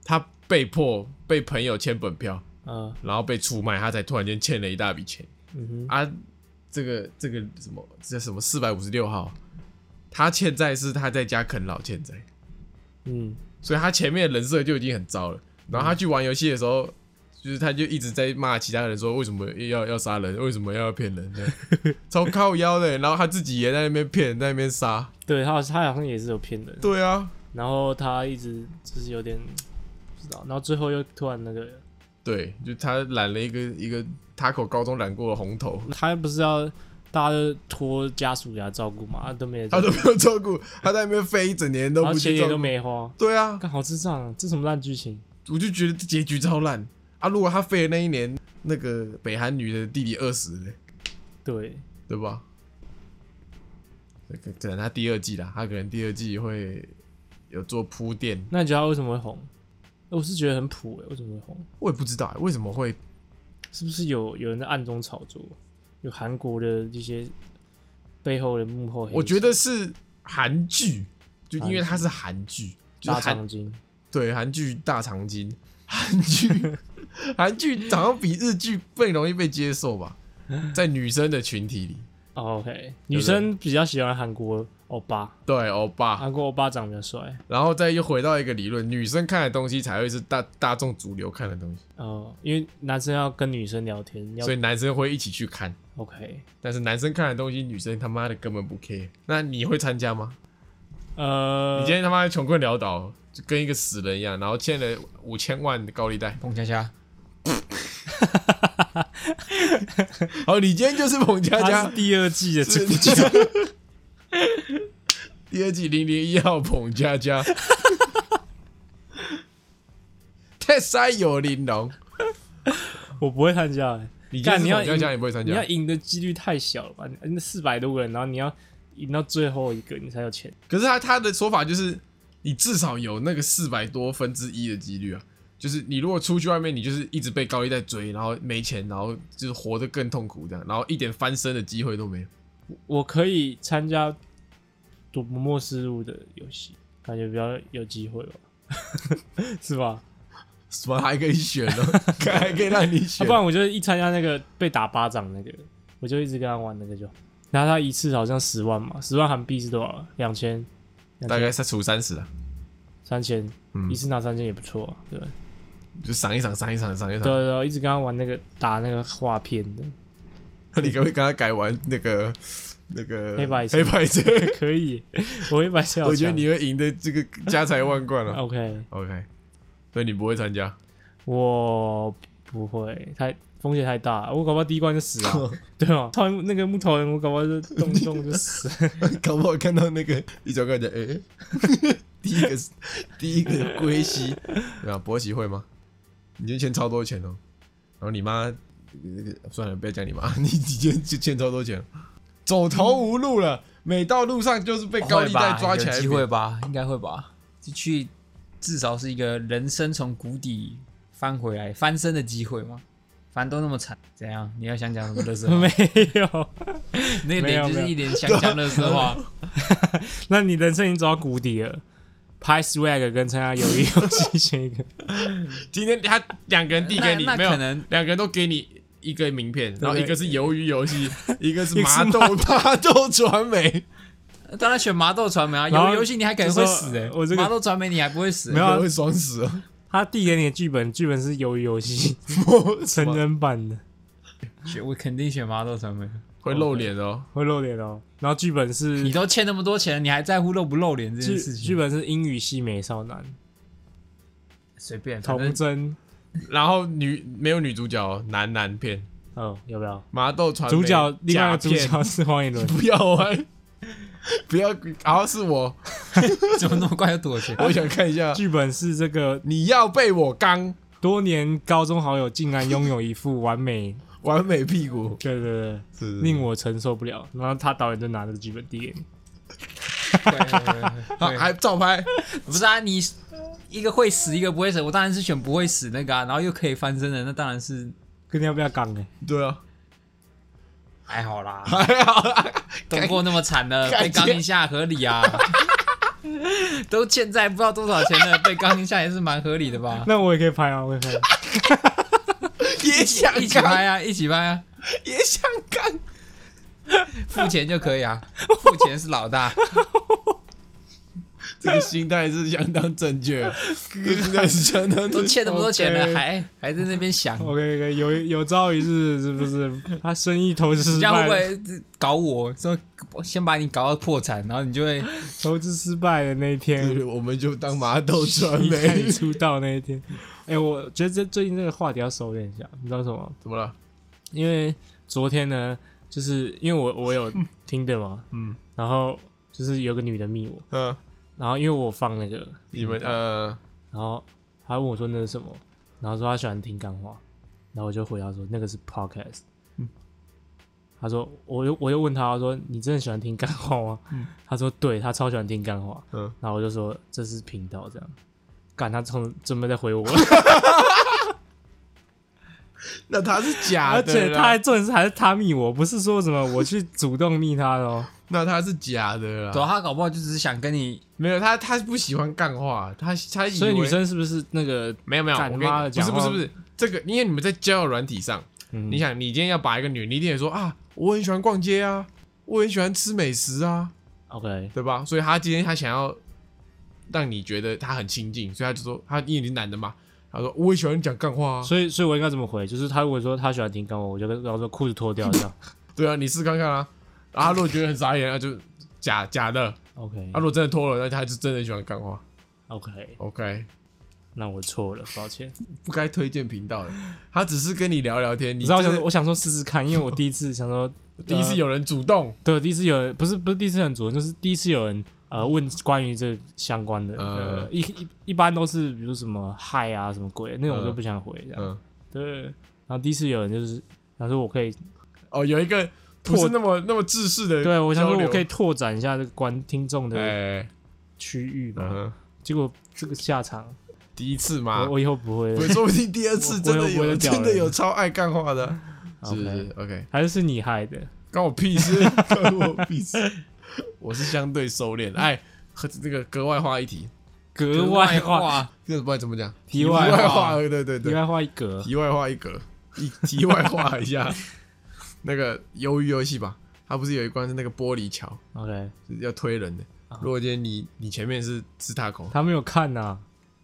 Speaker 1: 他被迫被朋友签本票，
Speaker 2: 呃，
Speaker 1: 然后被出卖，他才突然间欠了一大笔钱
Speaker 2: 嗯哼，
Speaker 1: 啊。这个这个什么这什么四百五十六号，他欠债是他在家啃老欠债，
Speaker 2: 嗯，
Speaker 1: 所以他前面的人设就已经很糟了。然后他去玩游戏的时候，就是他就一直在骂其他人说为什么要要杀人，为什么要骗人，
Speaker 2: [laughs]
Speaker 1: 对超靠腰的。然后他自己也在那边骗，在那边杀。
Speaker 2: 对他好他好像也是有骗人，
Speaker 1: 对啊，
Speaker 2: 然后他一直就是有点不知道，然后最后又突然那个，
Speaker 1: 对，就他染了一个一个他口高中染过的红头，
Speaker 2: 他不是要大家都托家属给他照顾嘛，他啊都没有，
Speaker 1: 他都没有照顾，他在那边飞一整年都
Speaker 2: 然后
Speaker 1: 不
Speaker 2: 钱
Speaker 1: 去
Speaker 2: 也
Speaker 1: 照
Speaker 2: 都
Speaker 1: 顾。
Speaker 2: 没花，
Speaker 1: 对啊，
Speaker 2: 干好智障啊！这什么烂剧情？
Speaker 1: 我就觉得这结局超烂啊！如果他废的那一年，那个北韩女的弟弟饿死了，
Speaker 2: 对，
Speaker 1: 对吧？这个可能他第二季啦，他可能第二季会有做铺垫，
Speaker 2: 那你觉得他为什么会红？我是觉得很普欸诶、为什么会红？
Speaker 1: 我也不知道、欸为什么会
Speaker 2: 是不是有有人在暗中炒作？有韩国的一些背后的幕后黑手？
Speaker 1: 我觉得是韩剧，就因为
Speaker 2: 韩剧
Speaker 1: 它是韩剧，就是
Speaker 2: 大
Speaker 1: 韩
Speaker 2: 长今，
Speaker 1: 对韩剧大长今，韩剧 [laughs] 韩剧好像比日剧更容易被接受吧，在女生的群体里，
Speaker 2: 哦 OK，女生比较喜欢韩国欧巴，
Speaker 1: 对欧巴，
Speaker 2: 韩国欧巴长得比较帅。
Speaker 1: 然后再又回到一个理论，女生看的东西才会是大大众主流看的东西，
Speaker 2: 哦，因为男生要跟女生聊天，要
Speaker 1: 所以男生会一起去看，
Speaker 2: OK。
Speaker 1: 但是男生看的东西，女生他妈的根本不 care。那你会参加吗？
Speaker 2: 呃
Speaker 1: 你，今天他妈穷困潦倒，就跟一个死人一样，然后欠了五千万的高利贷。
Speaker 3: 彭恰恰，
Speaker 1: 哦，你今天就是彭佳
Speaker 2: 他
Speaker 1: 佳
Speaker 2: 是，第二季的主角，
Speaker 1: 是第二季零零一号彭佳
Speaker 2: [laughs]
Speaker 1: 佳，太塞有玲珑。
Speaker 2: 我不会参加欸。
Speaker 1: 你今天
Speaker 2: 干
Speaker 1: 是
Speaker 2: 你要
Speaker 1: 彭佳佳，
Speaker 2: 赢
Speaker 1: 你不会参
Speaker 2: 你
Speaker 1: 加
Speaker 2: 要？赢的几率太小了吧？那四百多个人，然后你要赢到最后一个，你才有钱。
Speaker 1: 可是他他的说法就是，你至少有那个四百多分之一的几率啊。就是你如果出去外面，你就是一直被高利贷追，然后没钱，然后就是活得更痛苦这样，然后一点翻身的机会都 [laughs] 没有。
Speaker 2: 我可以参加赌博默示录的游戏，感觉比较有机会吧？ [laughs] 是吧？
Speaker 1: 什么还可以选呢、看还可以让你
Speaker 2: 啊、
Speaker 1: 选
Speaker 2: 不。然我就一参加那个被打巴掌那个，我就一直跟他玩那个就，然后他一次好像十万嘛，十万韩币是多少？两千，
Speaker 1: 大概是除三十啊，
Speaker 2: 三千，
Speaker 1: 嗯
Speaker 2: 一次拿三千也不错、啊，对吧
Speaker 1: 就赏一赏，赏一赏，赏一
Speaker 2: 对啊
Speaker 1: 赏。
Speaker 2: 对对，一直跟他玩那个打那个画片的，
Speaker 1: 你可不可以跟他改玩那个那个
Speaker 2: 黑白车
Speaker 1: 黑白
Speaker 2: [laughs]
Speaker 1: 车？
Speaker 2: 可以，我一百次好
Speaker 1: 我觉得
Speaker 2: 强
Speaker 1: 你会赢的，这个家财万贯
Speaker 2: [laughs]
Speaker 1: 了、
Speaker 2: OK，
Speaker 1: OK，所以你不会参加。
Speaker 2: 我不会，太风险太大了，我搞不好第一关就死
Speaker 3: [laughs]
Speaker 2: 了，对吗？超那个木头人，我搞不好就动一动就死。
Speaker 3: [laughs]
Speaker 1: [laughs] 搞不好看到那个一转过来，哎、 [laughs] 第一个是第一个龟息，对啊，博喜会吗？你今天欠超多钱哦、然后你妈、呃算了，不要讲你妈，你 [laughs] 今天就欠超多钱，走投无路了，每到路上就是被高利贷抓起来扁，
Speaker 3: 有机哦会吧？应该会吧？就去至少是一个人生从谷底翻回来翻身的机会嘛。反正都那么惨，怎样？你要想讲什么乐 [laughs] 色话？
Speaker 2: 没有，
Speaker 3: 那个
Speaker 2: 没有
Speaker 3: 脸就
Speaker 2: 没有
Speaker 3: 是一脸想讲乐色 [laughs] 话。
Speaker 2: 那你人生已经走到谷底了。拍 swag 跟参加友谊游戏选一
Speaker 3: [laughs]
Speaker 2: 个，
Speaker 1: 今天他两个人递给你，
Speaker 3: 那那
Speaker 1: 没有
Speaker 3: 可能
Speaker 1: 两个人都给你一个名片，然后
Speaker 2: 对
Speaker 1: 一个是鱿鱼游戏，一个是
Speaker 2: 一个是
Speaker 1: 麻豆麻豆传媒，
Speaker 3: 当然选麻豆传媒啊，
Speaker 2: 然后
Speaker 3: 有游戏你还可能会死哎、
Speaker 2: 就说我这个
Speaker 3: 麻豆传媒你还不会死、欸，
Speaker 2: 没有啊
Speaker 1: 会爽死哦。 [laughs]
Speaker 2: 他递给你的剧本，剧本是友谊游戏成人版的，
Speaker 3: 选我肯定选麻豆传媒。
Speaker 1: 会露脸的哦。
Speaker 2: 会露脸哦。然后剧本
Speaker 3: 你
Speaker 2: 是
Speaker 3: 都欠那么多钱，你还在乎露不露脸这件
Speaker 2: 剧
Speaker 3: 事
Speaker 2: 剧
Speaker 3: 情？
Speaker 2: 本是英语系美少男
Speaker 3: 随便，反
Speaker 2: 童
Speaker 3: 正
Speaker 2: 真，
Speaker 1: 然后女没有女主角哦，男男片，
Speaker 2: 哦，要不要？
Speaker 1: 麻豆
Speaker 3: 呃
Speaker 1: 传媒
Speaker 2: 主角另外一
Speaker 1: 假
Speaker 2: 个主
Speaker 1: 片，
Speaker 2: 角是黄以
Speaker 3: [laughs]
Speaker 2: 伦，
Speaker 1: 不要玩， [laughs] 不要，然后是我，
Speaker 3: 怎么那么快就躲钱？
Speaker 1: 我想看一下，
Speaker 2: 剧本是这个
Speaker 1: 你要被我刚
Speaker 2: 多年高中好友竟然拥有一副完 [laughs] 美，
Speaker 1: 完美屁股，
Speaker 2: 对对对，
Speaker 1: 是是
Speaker 2: 令我承受不了。然后他导演就拿这个剧本递给你， [laughs]
Speaker 3: 对对
Speaker 1: 啊
Speaker 3: 对
Speaker 1: 还照拍，
Speaker 3: 不是啊，你一个会死，一个不会死，我当然是选不会死那个啊，然后又可以翻身的，那当然是
Speaker 2: 跟你要不要杠呢？
Speaker 1: 对啊，
Speaker 3: 还哎
Speaker 2: [laughs]
Speaker 3: 好啦，
Speaker 1: 还好啦，
Speaker 3: 都过那么惨了，
Speaker 1: 感
Speaker 3: 被
Speaker 1: 觉
Speaker 3: 刚一下合理啊。 [laughs] 都欠债不知道多少钱了，被刚一下也是蛮合理的
Speaker 2: [laughs]
Speaker 3: 吧？
Speaker 2: 那我也可以拍啊， [laughs] 我也可以。
Speaker 1: 也想
Speaker 3: 一起
Speaker 1: 刚，
Speaker 3: 拍啊，一起拍啊！
Speaker 1: 也想刚，
Speaker 3: 付钱就可以
Speaker 2: [laughs]
Speaker 3: 啊，付钱是老大。
Speaker 1: 这个心态是相当正确的，这个心态是相当
Speaker 3: 都
Speaker 1: 正确。
Speaker 3: 欠那么多钱了
Speaker 2: OK
Speaker 3: 还还在那边想，
Speaker 2: [laughs] OK OK，有有朝一日是不是他生意投资
Speaker 3: 这
Speaker 2: 失
Speaker 3: 样
Speaker 2: 败
Speaker 3: 会 [laughs] 不
Speaker 2: 了，
Speaker 3: 会搞我？说先把你搞到破产，然后你就会
Speaker 2: 投资失败的那一 [laughs] 天，
Speaker 1: 我们就当麻豆传
Speaker 2: 一开 [laughs]
Speaker 1: 媒
Speaker 2: 始。出道那一天。哎、我觉得这最近这个话题要收敛一下，你知道什么？
Speaker 1: 怎么了？
Speaker 2: 因为昨天呢，就是因为我我有听的 [laughs] 嘛，
Speaker 1: 嗯
Speaker 2: 然后就是有个女的密我，
Speaker 1: 嗯，
Speaker 2: 然后因为我放那个，
Speaker 1: 你们呃，
Speaker 2: 然后她问我说那是什么，然后说她喜欢听干话，然后我就回答说那个是 podcast。她说，我又我又问她说你真的喜欢听干话吗？她说对，她超喜欢听干话。
Speaker 1: 嗯
Speaker 2: 然后我就说这是频道这样。干，她从准备
Speaker 1: [laughs]
Speaker 2: 在回我，
Speaker 1: 那他是假
Speaker 2: 而
Speaker 1: 的，
Speaker 2: 且她还，重点是还是她密我，不是说什么我去主动密她的哦。
Speaker 1: 那他是假的
Speaker 3: 对
Speaker 1: 啦。
Speaker 3: 啊他搞不好就只是想跟你
Speaker 1: 没有，他他不喜欢干话，他 [laughs] 他以为
Speaker 2: 所以女生是不是那个
Speaker 1: 没有没有，我
Speaker 2: 干
Speaker 1: 跟你
Speaker 2: 妈的
Speaker 1: 不是
Speaker 2: 讲
Speaker 1: 不
Speaker 2: 话
Speaker 1: 是不是这个，因为你们在交友软体上，
Speaker 2: 嗯
Speaker 1: 你想你今天要把一个女，你一定也说啊，我很喜欢逛街啊，我很喜欢吃美食啊，
Speaker 2: OK？
Speaker 1: 对吧？所以他今天他想要让你觉得他很亲近，所以他就说他因为你是男的嘛，他说我也喜欢讲干话啊，
Speaker 2: 所以，所以我应该怎么回？就是她如果说她喜欢听干话，我就跟她说裤子脱掉
Speaker 1: [laughs]
Speaker 2: 这样。
Speaker 1: 对啊，你试看看啊，然后他如果觉得很傻眼，那就假假的，
Speaker 2: OK
Speaker 1: 他如果真的脱了，那他就真的喜欢干话。
Speaker 2: OK，
Speaker 1: OK，
Speaker 2: 那我错了，抱歉。
Speaker 1: 不该推荐频道的，他只是跟你聊聊天，你
Speaker 2: 你知道我
Speaker 1: 真
Speaker 2: 想
Speaker 1: 的
Speaker 2: 说，我想说试试看，因为我第一次想说，
Speaker 1: 第一次有人主动，
Speaker 2: 对，第一次有人不是不是第一次有人主动，就是第一次有人呃问关于这相关的，
Speaker 1: 呃
Speaker 2: 呃，一一一般都是比如什么嗨啊什么鬼那种我
Speaker 1: 呃
Speaker 2: 就不想回这样。
Speaker 1: 嗯。
Speaker 2: 对，然后第一次有人就是想说我可以，
Speaker 1: 哦，有一个不是那么那么制式的交流，
Speaker 2: 对我想说我可以拓展一下这个观听众的
Speaker 1: 哎，
Speaker 2: 区域
Speaker 1: 嗯
Speaker 2: 嘛。
Speaker 1: 哼，
Speaker 2: 结果这个下场，
Speaker 1: 第一次嘛
Speaker 2: 我，我以后不
Speaker 1: [laughs]
Speaker 2: 会
Speaker 1: 不
Speaker 2: 了
Speaker 1: 是，。说不定第二次真
Speaker 2: 我
Speaker 1: 的
Speaker 2: 我有我
Speaker 1: 有
Speaker 2: 有屌
Speaker 1: 真的
Speaker 2: 人
Speaker 1: 有超爱干话的， [laughs] 是
Speaker 2: OK
Speaker 1: 不是？OK，
Speaker 2: 还是是你害的。
Speaker 1: 关我屁 [laughs] 事，关我屁事， [laughs] 我是相对收敛的，哎，和这个格外话一题，
Speaker 2: [laughs] 格外话，
Speaker 3: 话，啊
Speaker 1: 这不知道怎么讲，
Speaker 2: 题
Speaker 1: 题
Speaker 2: 外
Speaker 1: 外
Speaker 2: 话，
Speaker 1: 话，对对
Speaker 2: 题
Speaker 1: 对，
Speaker 2: 外话一格。
Speaker 1: 题外话一格，一题外话一下， [laughs] 那个鱿鱼游戏吧，它不是有一关是那个玻璃桥
Speaker 2: OK，
Speaker 1: 就是要推人的，如果今天你你前面是是他口，
Speaker 2: 他没有看啊呐、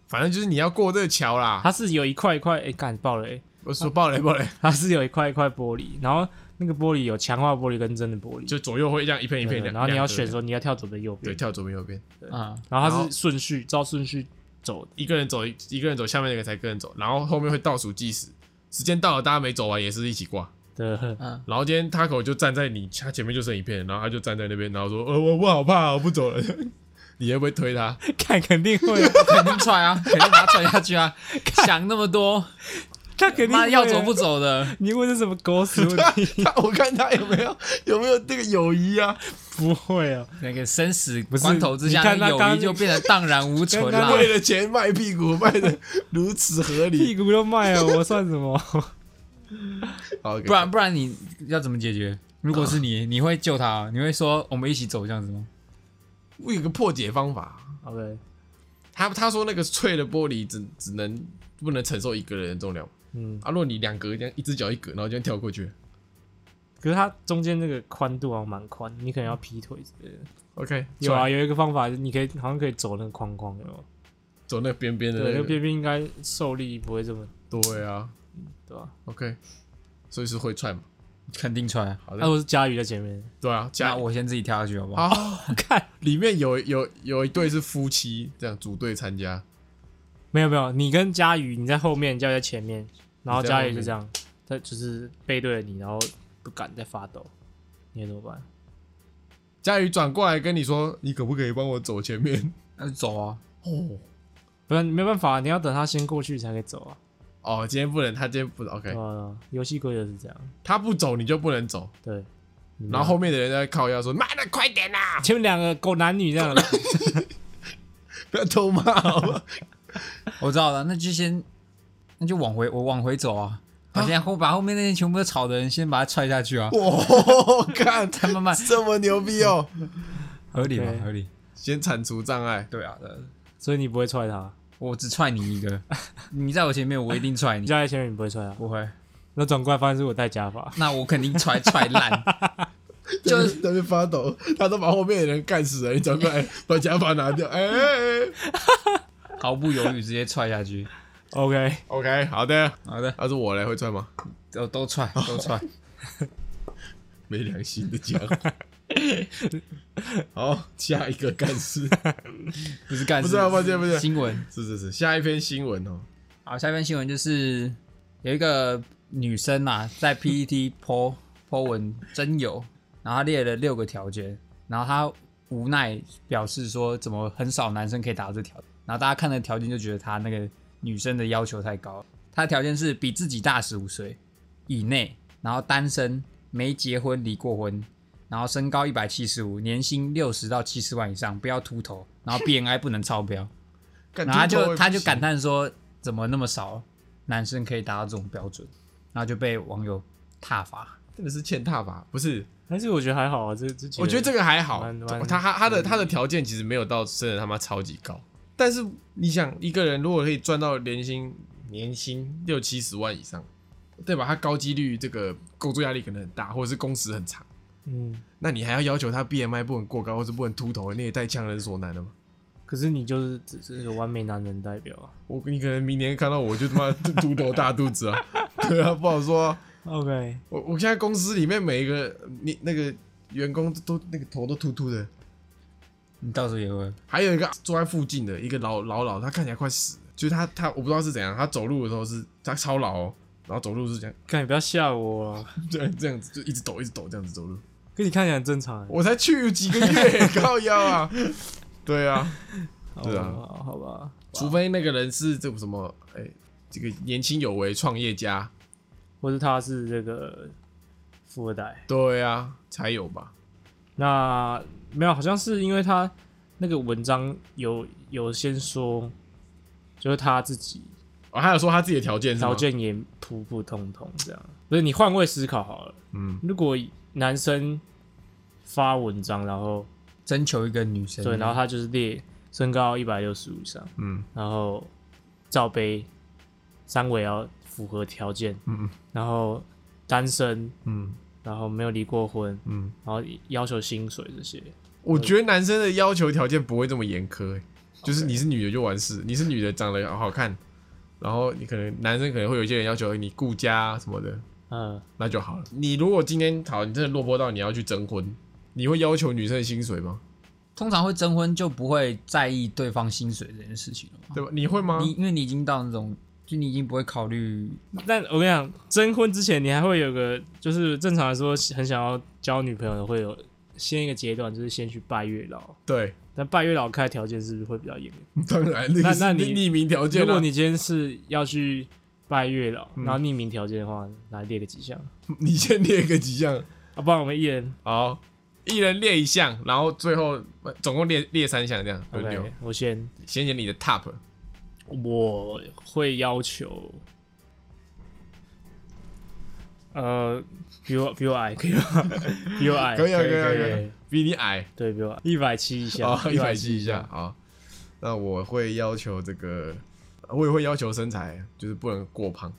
Speaker 1: 反正就是你要过这个桥啦，
Speaker 2: 他是有一块一块，哎、干爆了、欸，
Speaker 1: 我说爆雷爆雷，
Speaker 2: 他是有一块一块玻璃，然后那个玻璃有强化玻璃跟真的玻璃，
Speaker 1: 就左右会这样一片一
Speaker 2: 对
Speaker 1: 片
Speaker 2: 对
Speaker 1: 的，
Speaker 2: 然后你
Speaker 1: 两
Speaker 2: 要
Speaker 1: 个
Speaker 2: 选说你要跳左边右
Speaker 1: 对
Speaker 2: 边，
Speaker 1: 跳左边右边，
Speaker 3: 啊，
Speaker 2: 然后
Speaker 1: 然
Speaker 2: 它
Speaker 1: 后
Speaker 2: 是顺序照顺序走的，
Speaker 1: 一个人走一一个人走，下面那个才一个人走，然后后面会倒数计时，时间到了大家没走完也是一起挂。
Speaker 2: [laughs] 对，
Speaker 3: 嗯，
Speaker 1: 然后今天 Taco 就站在你他前面就剩一片，然后他就站在那边，然后说呃我我好怕我不走了， [laughs] 你会不会推他？
Speaker 2: 看肯定会，
Speaker 3: 肯定
Speaker 2: [laughs]
Speaker 3: 踹啊，肯定把他踹下去啊，想那么多，
Speaker 2: 他肯定
Speaker 3: 妈
Speaker 2: 会啊
Speaker 3: 要走不？走的，
Speaker 2: 你问的什么狗屎问 [laughs] 题？
Speaker 1: [laughs] 他我看他有没有有没有这个友谊啊？
Speaker 2: 不会啊，
Speaker 3: 那个生死
Speaker 2: 是
Speaker 3: 关头之下，
Speaker 2: 你看
Speaker 3: 那
Speaker 2: 他刚
Speaker 3: 友谊就变得荡然
Speaker 2: [laughs]
Speaker 3: 无存
Speaker 2: 刚
Speaker 3: 了
Speaker 2: 刚。
Speaker 1: 为了钱卖屁股卖的如此合理
Speaker 2: 屁，股都卖了，我算什么？ [laughs]
Speaker 1: 好
Speaker 3: 不然不然你要怎么解决？如果是你，你会救他？你会说我们一起走这样子吗？
Speaker 1: 我有个破解方法，
Speaker 2: OK，
Speaker 1: 他他说那个脆的玻璃只只能不能承受一个人的重量
Speaker 2: 嗯，
Speaker 1: 啊，如果你两格这样一只脚一格，然后这样跳过去
Speaker 2: 可是它中间那个宽度好像蛮宽，你可能要劈腿之类的。
Speaker 1: ，OK，
Speaker 2: 有
Speaker 1: 出
Speaker 2: 啊，
Speaker 1: 来，
Speaker 2: 有一个方法，你可以好像可以走那个框框，有没有
Speaker 1: 走那个边边的
Speaker 2: 对，
Speaker 1: 那
Speaker 2: 那个
Speaker 1: 个，
Speaker 2: 边边应该受力不会这么，
Speaker 1: 对啊
Speaker 2: 对吧、
Speaker 1: ，OK，所以是会踹嘛，
Speaker 3: 肯定踹啊！
Speaker 1: 好
Speaker 2: 那
Speaker 1: 的，
Speaker 2: 我是佳宇在前面，
Speaker 1: 对啊，
Speaker 3: 那
Speaker 1: 加
Speaker 3: 我先自己跳下去好不好？
Speaker 1: 啊，
Speaker 2: 看
Speaker 1: 里面有有有一对是夫妻这样组队参加，
Speaker 2: 没有没有，你跟佳宇你在后面，佳宇在前面，然后
Speaker 1: 你在后
Speaker 2: 佳
Speaker 1: 面
Speaker 2: 宇就这样，他就是背对着你，然后不敢在发抖，你该怎么办？
Speaker 1: 佳宇转过来跟你说，你可不可以帮我走前面？
Speaker 3: 那就走啊！
Speaker 1: 哦
Speaker 2: 不然没办法，你要等他先过去才可以走啊。
Speaker 1: 哦，今天不能，他今天不能，OK，
Speaker 2: 呃，游戏规则是这样，
Speaker 1: 他不走你就不能走，
Speaker 2: 对。你
Speaker 1: 然后后面的人在靠腰说，妈的，快点啊
Speaker 2: [laughs]
Speaker 1: 啦！
Speaker 2: 前面两个狗男女这样，
Speaker 1: 不要偷骂好 [laughs] 吗？
Speaker 3: 我知道了，那就先，那就往回，我往回走啊！我先后把后面那些全部都吵的人先把他踹下去啊！
Speaker 1: 哇，看
Speaker 3: 他慢慢
Speaker 1: 这么牛逼哦！
Speaker 3: 合理吧
Speaker 2: OK？
Speaker 3: 合理。
Speaker 1: [laughs] 先铲除障碍，
Speaker 3: 对啊，对啊
Speaker 2: 所以你不会踹他。
Speaker 3: 我只踹你一
Speaker 2: [laughs]
Speaker 3: 个，你在我前面，我一定踹
Speaker 2: 你
Speaker 3: 你。
Speaker 2: 佳宇在前面你不会踹他，
Speaker 3: 不会，
Speaker 2: 那转过来发现是我戴假发，
Speaker 1: [laughs]
Speaker 3: 那我肯定踹踹烂。
Speaker 1: 就是在那边发抖，他都把后面的人干死了，你转过来 [laughs] 把假发拿掉，哎、哎哎
Speaker 3: 毫不犹豫直接踹下去。
Speaker 2: OK，
Speaker 1: OK，好的，
Speaker 3: 好的，
Speaker 1: 要是我嘞会穿吗？
Speaker 3: 都都踹，都
Speaker 1: [laughs]
Speaker 3: 踹。
Speaker 1: 没良心的家 [laughs] 伙。好，下一个干 [laughs] 事
Speaker 3: 不是干
Speaker 1: 不
Speaker 3: 事，
Speaker 1: 是啊抱歉抱歉
Speaker 3: 新闻。
Speaker 1: 是是是，下一篇新闻哦，
Speaker 3: 好，下一篇新闻就是有一个女生嘛，在 PPT 剖剖文真友，然后她列了六个条件，然后她无奈表示说，怎么很少男生可以达到这条件，然后大家看了条件就觉得她那个女生的要求太高了，她的条件是比自己大十五岁以内，然后单身，没结婚，离过婚。然后身高一百七十五，年薪六十到七十万以上，不要秃头，然后 BMI 不能超标，
Speaker 1: 干
Speaker 3: 然后他
Speaker 1: 猪头
Speaker 3: 就
Speaker 1: 也
Speaker 3: 他就
Speaker 1: 不行
Speaker 3: 感叹说，怎么那么少男生可以达到这种标准？然后就被网友挞伐。
Speaker 1: 真的是欠踏吧？不是，
Speaker 2: 但是我觉得还好啊，这这几
Speaker 1: 我觉得这个还好
Speaker 2: 蛮蛮，
Speaker 1: 他他他的他的条件其实没有到真的他妈超级高，但是你想一个人如果可以赚到年薪年薪六七十万以上，对吧？他高几率这个工作压力可能很大，或者是工时很长，
Speaker 2: 嗯，
Speaker 1: 那你还要要求他 BMI 不能过高，或是不能秃头，那也太强人所难了吧？
Speaker 2: 可是你就是这这个完美男人代表啊。
Speaker 1: 我你可能明年看到我就他妈秃头大肚子啊， [laughs] 对啊，不好说、啊。
Speaker 2: OK，
Speaker 1: 我我现在公司里面每一个你那个员工都那个头都秃秃的，
Speaker 3: 你到时候也会，
Speaker 1: 还有一个住在附近的一个老老老，他看起来快死了，就是他他我不知道是怎样，他走路的时候是他超老、哦，然后走路是这样
Speaker 2: 看你不要吓我啊，
Speaker 1: 这样这样子，就一直抖一直抖这样子走路。
Speaker 2: 跟你看起来很正常欸。
Speaker 1: 我才去几个月，靠腰啊！对啊，
Speaker 2: 好
Speaker 1: 对啊
Speaker 2: 吧，好吧，
Speaker 1: 除非那个人是这个什么，哎、这个年轻有为创业家，
Speaker 2: 或是他是这个富二代。
Speaker 1: 对啊，才有吧？
Speaker 2: 那没有，好像是因为他那个文章有有先说，就是他自己
Speaker 1: 哦，还有说他自己的条件是吗
Speaker 2: 条，件也普普通通这样。不是你换位思考好了，
Speaker 1: 嗯，
Speaker 2: 如果男生发文章，然后
Speaker 3: 征求一个女生，
Speaker 2: 对，然后他就是列身高一百六十五以上，
Speaker 1: 嗯，
Speaker 2: 然后罩杯三围要符合条件，
Speaker 1: 嗯嗯，
Speaker 2: 然后单身，
Speaker 1: 嗯
Speaker 2: 然后没有离过婚，
Speaker 1: 嗯，
Speaker 2: 然后要求薪水这些，
Speaker 1: 我觉得男生的要求条件不会这么严苛、欸就是你是女的就完事，你是女的长得好看，然后你可能男生可能会有一些人要求你顾家啊什么的，
Speaker 2: 嗯，
Speaker 1: 那就好了。你如果今天好，你真的落魄到你要去征婚，你会要求女生的薪水吗？
Speaker 3: 通常会征婚就不会在意对方薪水这件事情了嘛。
Speaker 1: 对吧？你会
Speaker 2: 啊
Speaker 1: 吗？
Speaker 3: 哦你因为你已经到那种，就你已经不会考虑
Speaker 2: 但我跟你讲，征婚之前你还会有个，就是正常来说很想要交女朋友的会有先一个阶段，就是先去拜月老。
Speaker 1: 对，
Speaker 2: 但拜月老开的条件是不是会比较严格？
Speaker 1: 当然那个是
Speaker 2: 那你
Speaker 1: 匿名条件、啊。
Speaker 2: 如果你今天是要去拜月老，
Speaker 1: 嗯
Speaker 2: 然后匿名条件的话，来列个几项
Speaker 1: 你先列个几项，
Speaker 2: 啊？不然我们一人
Speaker 1: 好，一人列一项，然后最后呃总共列列三项这样轮流
Speaker 2: OK，。我先，
Speaker 1: 先写你的 top，
Speaker 2: 我会要求，呃，比我比我矮可以吗？比我矮
Speaker 1: 可以啊
Speaker 3: 可以
Speaker 1: 可以啊
Speaker 3: 可以
Speaker 1: 可以啊，比你矮
Speaker 2: 对，比我矮一哦百七以下
Speaker 1: 啊，，一百
Speaker 2: 170
Speaker 1: 七一下啊。好那我会要求这个，我也会要求身材，就是不能过胖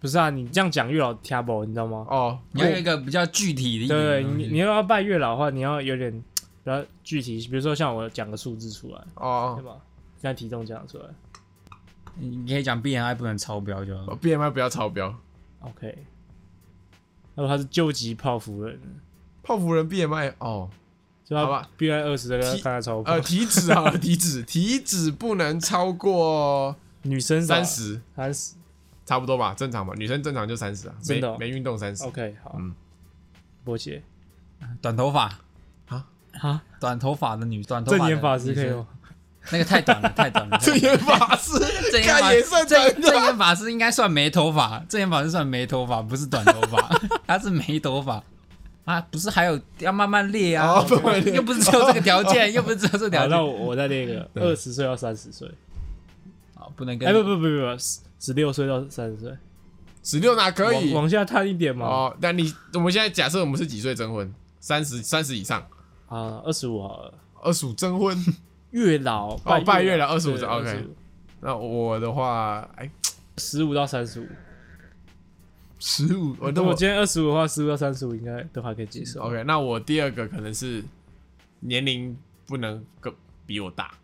Speaker 2: 不是啊，你这样讲月老 t a b 你知道吗？
Speaker 1: 哦。
Speaker 3: 你要有
Speaker 1: 过
Speaker 3: 一个比较具体的一点的
Speaker 2: 对，
Speaker 3: 东西
Speaker 2: 你你要拜月老的话，你要有点比较具体，比如说像我讲个数字出来，对
Speaker 1: 哦
Speaker 2: 吧？现在体重讲出来
Speaker 3: 你可以讲 BMI 不能超标就好。
Speaker 1: 哦，BMI 不要超标，
Speaker 2: ，OK。那么他是究极泡芙人，
Speaker 1: 泡芙人 BMI 哦，
Speaker 2: 就他
Speaker 1: 好吧
Speaker 2: ，B I 二十的跟
Speaker 1: 体
Speaker 2: 刚才超
Speaker 1: 呃，
Speaker 2: 胖，
Speaker 1: 体脂啊， [laughs] 体脂，体脂不能超过
Speaker 2: 女生
Speaker 1: 三十，
Speaker 2: 三十
Speaker 1: 差不多吧，正常吧，女生正常就三十啊，
Speaker 2: 真
Speaker 1: 没
Speaker 2: 的哦
Speaker 1: 没运动三十。
Speaker 2: ，OK，好
Speaker 1: 嗯，波姐，
Speaker 3: 短头发
Speaker 1: 啊
Speaker 2: 啊，
Speaker 3: 短头发的女，短头发
Speaker 2: 正
Speaker 3: 的
Speaker 2: 眼法师
Speaker 3: 女
Speaker 2: 可以
Speaker 3: 生
Speaker 2: 吗？
Speaker 3: 那个太短了，
Speaker 2: [laughs]
Speaker 3: 太短了。
Speaker 1: 这也法师，
Speaker 3: 正言
Speaker 1: 看
Speaker 3: 法
Speaker 1: 也算
Speaker 3: 正
Speaker 1: 真的。
Speaker 3: 正言法师应该算没头发，正言法师算没头发，不是短头发， [laughs] 他是没头发啊，不是还有要慢慢列啊，
Speaker 1: 哦慢慢哦列
Speaker 3: 又不是只有这个条件，又不是只有这个条
Speaker 1: 啊
Speaker 2: 好，那
Speaker 3: 件，
Speaker 2: 我我再列一个，
Speaker 1: 嗯
Speaker 2: 二十岁到三十岁，
Speaker 3: 好不能跟
Speaker 2: 哎，不不不不不，十十六岁到三十岁，
Speaker 1: 十六哪可以
Speaker 2: 往？往下探一点嘛，
Speaker 1: 哦，那你我们现在假设我们是几岁征婚？三十三十以上，
Speaker 2: 啊，二十五好了。
Speaker 1: 二十五征婚。
Speaker 2: 月老拜
Speaker 1: 哦拜月老25
Speaker 2: 对
Speaker 1: 是 OK 那我的话，哎，
Speaker 2: 十五到三十五，
Speaker 1: 十五，我那
Speaker 2: 如
Speaker 1: 我
Speaker 2: 果今天二十五的话，十五到三十五应该都还可以接受。
Speaker 1: OK，那我第二个可能是年龄不能跟比我大，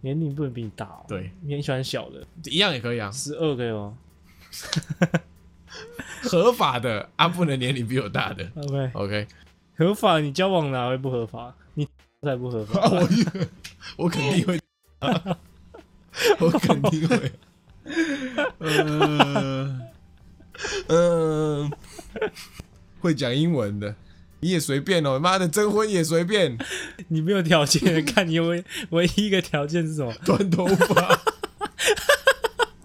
Speaker 2: 年龄不能比你大、哦，
Speaker 1: 对，
Speaker 2: 你很喜欢小的，
Speaker 1: 一样也可以啊，
Speaker 2: 十二可以吗
Speaker 1: 合法的啊，不能年龄比我大的。
Speaker 2: ？OK，
Speaker 1: OK， [laughs]
Speaker 2: 合法你交往哪会不合法？你才不合法。 [laughs]
Speaker 1: 啊我我肯定 [laughs] 会，我肯定会，呃，呃，会讲英文的。你也随便哦，妈的征婚也随便，
Speaker 2: 你没有条件， [laughs] 看你唯唯一一个条件是什么？
Speaker 1: 短头 [laughs] 发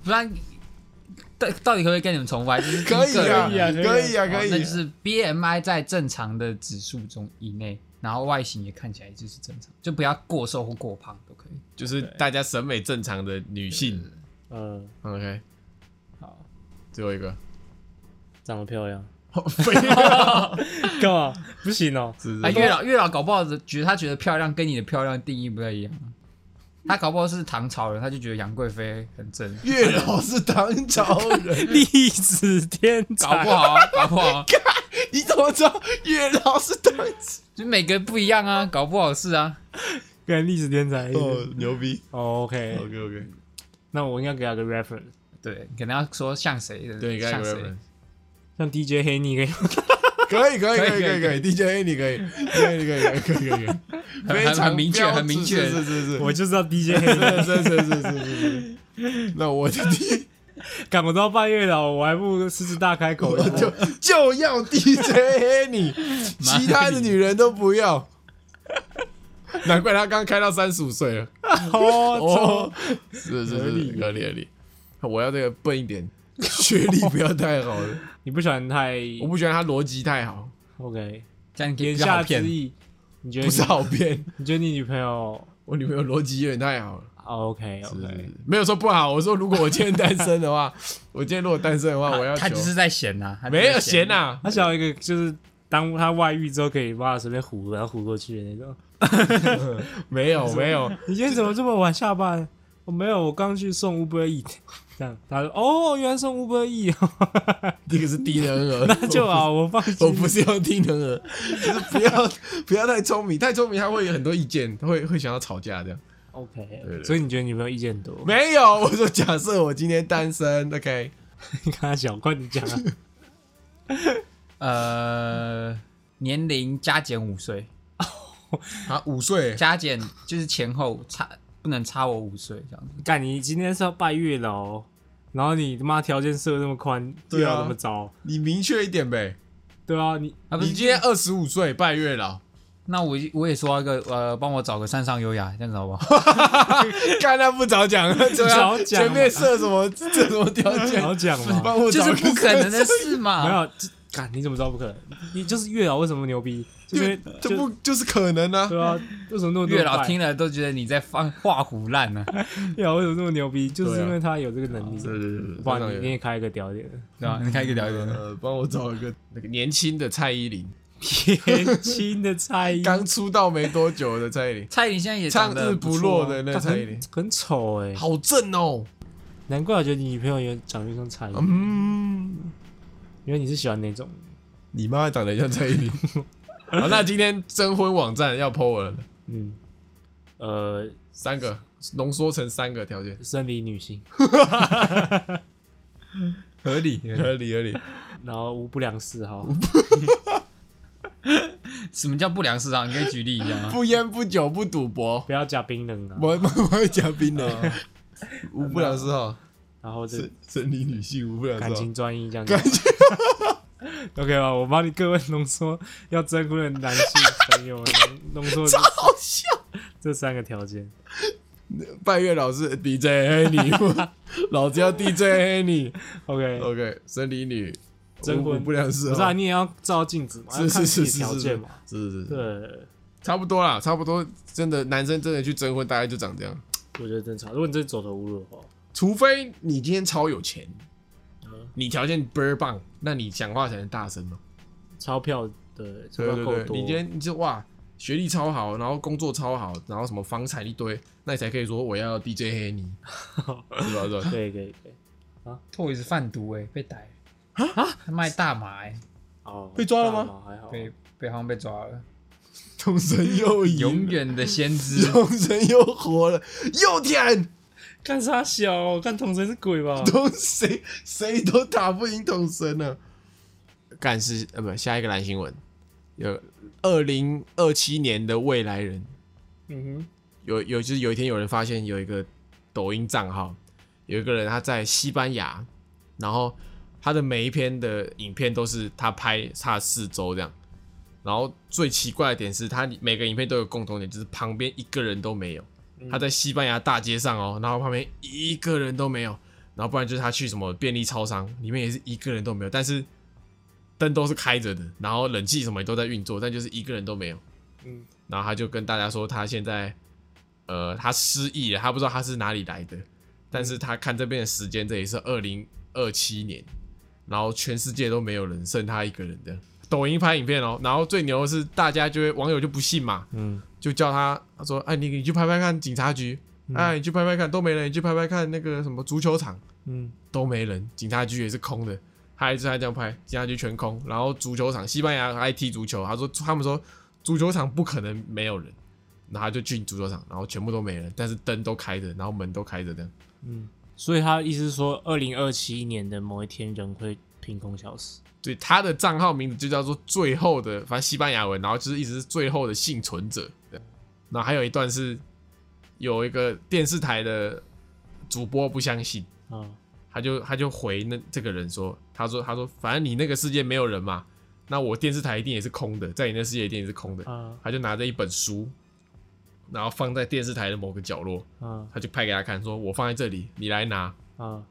Speaker 3: 不然到到底可不可以跟你们重拍？就是
Speaker 1: 可以啊，
Speaker 2: 可以啊
Speaker 1: 可以啊，可
Speaker 3: 那
Speaker 1: 以
Speaker 3: 就。是 BMI 在正常的指数中以内，然后外形也看起来就是正常，就不要过瘦或过胖都可以。
Speaker 1: 就是大家审美正常的女性。
Speaker 2: 呃，
Speaker 1: OK，
Speaker 2: 好，
Speaker 1: 最后一 [laughs] 个，
Speaker 2: 长得漂亮，
Speaker 1: 好废啊
Speaker 2: 干嘛？不行 [laughs] 哦，
Speaker 1: 是
Speaker 3: 啊，
Speaker 1: 是
Speaker 3: 月老月老搞不好觉得他觉得漂亮跟你的漂亮定义不太一样啊，他搞不好是唐朝人，他就觉得杨贵妃很
Speaker 1: [laughs]
Speaker 3: 正，
Speaker 1: 月老是唐朝人，
Speaker 2: 历史天
Speaker 3: 搞
Speaker 2: 才
Speaker 3: 不，好啊，搞不好啊，
Speaker 1: [laughs] 你怎么知道月老是唐朝？
Speaker 3: 就每个不一样啊，搞不好是啊。
Speaker 2: 跟历史天才一样。
Speaker 1: 哦，牛逼
Speaker 2: 哦，OK，
Speaker 1: ！OK OK，
Speaker 2: 那我应该给他个 reference，
Speaker 3: 对，可能要说像谁的，
Speaker 1: 对，该
Speaker 3: 像谁
Speaker 1: reference，
Speaker 2: 像 DJ 黑你可以，
Speaker 1: 可以可以可以可
Speaker 3: 可以
Speaker 1: 以可以，DJ 你可以，可以可以可以可以可以， [laughs] 非常
Speaker 3: 很明确
Speaker 1: 标志
Speaker 3: 很明确
Speaker 1: 是是是，
Speaker 2: [laughs] 我就知道 DJ 黑你。
Speaker 1: 是是是是是 [laughs] 是是，那我就第
Speaker 2: 赶不到半夜了，我还不如狮子大开口一
Speaker 1: 我
Speaker 2: 波。
Speaker 1: 就 [laughs] 就要 DJ 你，
Speaker 3: 妈
Speaker 1: 其他的女人都不要。难怪他刚开到三十五岁了。
Speaker 2: [laughs] 哦，
Speaker 1: 哦， [laughs] 是是
Speaker 2: 合
Speaker 1: 是，
Speaker 2: 理
Speaker 1: 合理合理。我要这个笨一点，学历不要太好了。
Speaker 2: 你不喜欢太
Speaker 1: 我不喜欢他逻辑太好，
Speaker 2: OK？
Speaker 3: 这样可以
Speaker 2: 言
Speaker 3: 比较好
Speaker 2: 下之
Speaker 3: 骗。
Speaker 2: 意，你觉得
Speaker 1: 不是
Speaker 2: 你
Speaker 1: 好骗。
Speaker 2: 你觉得你女朋友哦
Speaker 1: 我女朋友逻辑有点太好了，
Speaker 2: OK
Speaker 1: 是是
Speaker 2: OK？
Speaker 1: 是没有说不好。我说如果我今天单身的话，我今天如果单身的话，我要
Speaker 3: 他
Speaker 1: 求
Speaker 3: 只是在闲啊呐、他只是
Speaker 1: 没有 [laughs]
Speaker 3: 在
Speaker 1: 闲。啊呐。
Speaker 2: 他想要一个就是当他外遇之后可以把他随便唬，然后唬过去的那种。
Speaker 1: 没有没有，
Speaker 2: [laughs] 你今天怎么这么晚下班？我没有，我刚去送 Uber E。这样，他说：“哦，原来送 Uber E，
Speaker 1: 这个是低能儿，
Speaker 2: 那 [laughs] 就好，我放心。
Speaker 1: 我不是要低能儿，就是不要不要太聪明，太 [laughs] 聪明他会有很多意见，他会会想要吵架这样。
Speaker 2: OK，
Speaker 1: 对
Speaker 2: 所以你觉得女朋友意
Speaker 1: [laughs]
Speaker 2: 见多？
Speaker 1: 没有，我说假设我今天单身，OK，
Speaker 2: 你看他小，快点讲啊！
Speaker 3: 呃，年龄加减五岁，
Speaker 1: 啊五岁，
Speaker 3: 加减就是前后差不能差我五岁这样子。
Speaker 2: 干，你今天是要拜月老哦，然后你他妈条件设那么宽，
Speaker 1: 对啊
Speaker 2: 月老那么糟，
Speaker 1: 你明确一点呗。
Speaker 2: 对啊，你
Speaker 3: 啊，不
Speaker 1: 你
Speaker 3: 是，
Speaker 1: 今天二十五岁拜月老，
Speaker 3: 那我我也说一个呃，帮我找个山上优雅，这样子好不好？
Speaker 1: 看他不早讲，对啊
Speaker 2: 早，讲
Speaker 1: 前面设什么设什么条件，
Speaker 2: 好讲嘛，
Speaker 1: [laughs] 帮我
Speaker 3: [laughs] 就
Speaker 1: 找
Speaker 3: 是
Speaker 1: 个
Speaker 3: 不可能的事
Speaker 2: 没
Speaker 3: 嘛。
Speaker 2: 有，这干你怎么知道不可能？你就是月老为什么牛逼？就是因为
Speaker 1: 就这不就是可能呢？
Speaker 2: 对啊，为什么那么多人
Speaker 3: 月老
Speaker 2: 拜
Speaker 3: 听了都觉得你在放画虎烂啊呢、
Speaker 2: 月老为什么那么牛逼？就是
Speaker 1: 对啊
Speaker 2: 因为他有这个能力。
Speaker 1: 对对，
Speaker 2: 不然你你也开一个屌点，
Speaker 3: [laughs] 对吧？你看一个聊一个，
Speaker 1: 呃，帮我找一个那个年轻的蔡依林，
Speaker 2: 年轻的蔡依
Speaker 1: 刚出道没多久的蔡依林，
Speaker 3: 蔡依林现在也
Speaker 1: 唱
Speaker 3: 长
Speaker 1: 日
Speaker 3: 得
Speaker 1: 不
Speaker 3: 错
Speaker 1: 落
Speaker 3: 啊
Speaker 1: 的那个
Speaker 2: 干
Speaker 1: 蔡依林
Speaker 2: 很，很丑哎，
Speaker 1: 好正哦。
Speaker 2: 难怪我觉得你女朋友也长得像蔡依林，
Speaker 1: 嗯，
Speaker 2: 因为你是喜欢那种
Speaker 1: 你妈长得像蔡依林。 [laughs] 好，那今天征婚网站要 PO 我了，
Speaker 2: 嗯呃
Speaker 1: 三个浓缩成三个条件，
Speaker 2: 生理女性，
Speaker 3: 合理，
Speaker 1: 合理合理。
Speaker 2: 然后无不良嗜好。
Speaker 3: 什么叫不良市场？你可以举例一啊下吗？
Speaker 1: 不烟不酒不赌博，
Speaker 2: 不要加冰冷啊。
Speaker 1: 我我会讲槟榔，无不哦良嗜好，
Speaker 2: 然后这
Speaker 1: 生生理女性无不哦良
Speaker 2: 感
Speaker 1: 嗜好
Speaker 2: 情。专一这样子。OK 吧，我帮你各位浓缩要征婚的男性朋友浓浓缩这
Speaker 1: 好笑，
Speaker 2: 这三个条件。
Speaker 1: 拜月老是 DJ 黑你， [laughs] 老子要 DJ 黑你。
Speaker 2: OK，
Speaker 1: OK，生理女，
Speaker 2: 征婚
Speaker 1: 无不良嗜
Speaker 2: 不是啊，
Speaker 1: 好，
Speaker 2: 你也要照镜子嘛，
Speaker 1: 是是是
Speaker 2: 要看自
Speaker 1: 是
Speaker 2: 己的条
Speaker 1: 是
Speaker 2: 件
Speaker 1: 是
Speaker 2: 嘛。
Speaker 1: 是是是，
Speaker 2: 对，啊
Speaker 1: 差不多啦，差不多。真的，男生真的去征婚，大概就长这样。
Speaker 2: 我觉得正常。如果你真的走投无路的话，
Speaker 1: 除非你今天超有钱
Speaker 2: 嗯，
Speaker 1: 你条件倍儿棒，那你讲话才能大声嘛。
Speaker 2: 钞票的钞
Speaker 1: 对
Speaker 2: 票
Speaker 1: 对
Speaker 2: 够
Speaker 1: 对，
Speaker 2: 多，
Speaker 1: 你今天你就哇，学历超好，然后工作超好，然后什么房产一堆，那你才可以说我要 [laughs]
Speaker 2: 啊
Speaker 1: DJ 黑你，是吧？是吧？
Speaker 2: 可以可以可以。
Speaker 3: 拓也是贩毒哎，被逮。他卖大麻、欸，
Speaker 2: 哦，
Speaker 1: 被抓了吗
Speaker 2: 大麻还好，
Speaker 3: 被被好像被抓了，
Speaker 1: 东神又赢了
Speaker 3: 永远的先知。
Speaker 1: 东神又活了，又舔
Speaker 2: 干啥小？干同神是鬼
Speaker 1: [laughs]
Speaker 2: 吧？
Speaker 1: 东谁谁都打不赢东神呢、干是呃不，下一个蓝新闻，有二零二七年的未来人，
Speaker 2: 嗯
Speaker 1: 有有就是有一天有人发现有一个抖音账号，有一个人他在西班牙，然后他的每一篇的影片都是他拍他的四周这样，然后最奇怪的点是他每个影片都有共同点，就是旁边一个人都没有。
Speaker 2: 哼，
Speaker 1: 他在西班牙大街上哦，然后旁边一个人都没有，然后不然就是他去什么便利超商，里面也是一个人都没有，但是灯都是开着的，然后冷气什么也都在运作，但就是一个人都没有。
Speaker 2: 嗯
Speaker 1: 然后他就跟大家说，他现在呃，他失忆了，他不知道他是哪里来的，但是他看这边的时间，这里是二零二七年，然后全世界都没有人，剩他一个人的。抖音拍影片哦，然后最牛的是大家就会网友就不信嘛，
Speaker 2: 嗯，
Speaker 1: 就叫他，他说：“哎，你你去拍拍看警察局，哎，你去拍拍看都没人，你去拍拍看那个什么足球场
Speaker 2: 嗯
Speaker 1: 都没人，警察局也是空的。”他一直在这样拍，警察局全空，然后足球场，西班牙爱踢足球，他说他们说足球场不可能没有人，然后他就去足球场，然后全部都没人，但是灯都开着，然后门都开着这样。
Speaker 2: 嗯，所以他意思是说，二零二七年的某一天人会凭空消失。
Speaker 1: 对，他的账号名字就叫做“最后的”，反正西班牙文，然后就是一直是最后的幸存者。对然后还有一段是有一个电视台的主播不相信，
Speaker 2: 啊，
Speaker 1: 他就他就回那这个人说，他说他说反正你那个世界没有人嘛，那我电视台一定也是空的，在你那世界一定也是空的。
Speaker 2: 啊
Speaker 1: 他就拿着一本书，然后放在电视台的某个角落，
Speaker 2: 啊
Speaker 1: 他就拍给他看，说我放在这里，你来拿。
Speaker 2: 啊！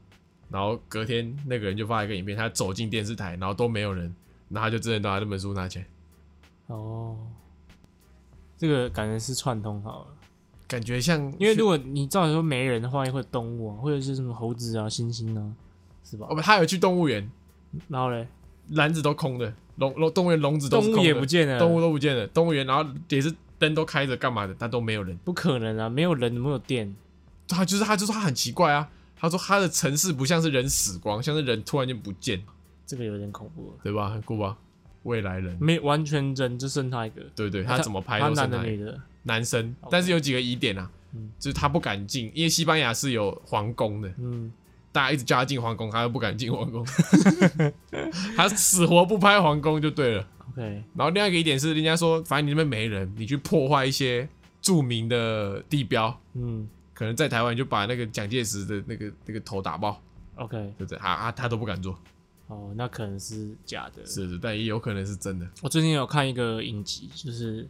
Speaker 1: 然后隔天那个人就发一个影片，他走进电视台，然后都没有人，然后他就真的把那本书拿起来，
Speaker 2: 哦，这个感觉是串通好了，
Speaker 1: 感觉像
Speaker 2: 因为如果你照理说没人的话，会有动物啊，或者是什么猴子啊、猩猩啊，是吧
Speaker 1: 哦？不，他有去动物园，
Speaker 2: 然后嘞，
Speaker 1: 篮子都空的，笼笼动物园笼子都是
Speaker 2: 动
Speaker 1: 空
Speaker 2: 物
Speaker 1: 的
Speaker 2: 也不见了，
Speaker 1: 动物都不见了，动物园然后也是灯都开着干嘛的，但都没有人。
Speaker 2: 不可能啊，没有人，没有电，
Speaker 1: 他就是他就说他很奇怪啊，他说他的城市不像是人死光，像是人突然间不见，
Speaker 2: 这个有点恐怖了。
Speaker 1: 对吧？很酷吧？未来人，
Speaker 2: 没完全人就剩他一个，
Speaker 1: 对对，他怎么拍
Speaker 2: 他
Speaker 1: 都
Speaker 2: 男
Speaker 1: 是
Speaker 2: 的
Speaker 1: 他
Speaker 2: 女的，
Speaker 1: 男生
Speaker 2: OK，
Speaker 1: 但是有几个疑点啊
Speaker 2: 嗯，
Speaker 1: 就是他不敢进，因为西班牙是有皇宫的。
Speaker 2: 嗯，
Speaker 1: 大家一直叫他进皇宫，他又不敢进皇
Speaker 2: [laughs]
Speaker 1: 宫，他死活不拍皇宫就对了。
Speaker 2: OK，
Speaker 1: 然后另外一个一点是，人家说反正你那边没人，你去破坏一些著名的地标，
Speaker 2: 嗯
Speaker 1: 可能在台湾就把那个蒋介石的那个那个头打爆，
Speaker 2: ，OK，
Speaker 1: 对不对？啊啊，他都不敢做，
Speaker 2: 哦，那可能是假的。
Speaker 1: 是是，但也有可能是真的。
Speaker 2: 我最近有看一个影集，就是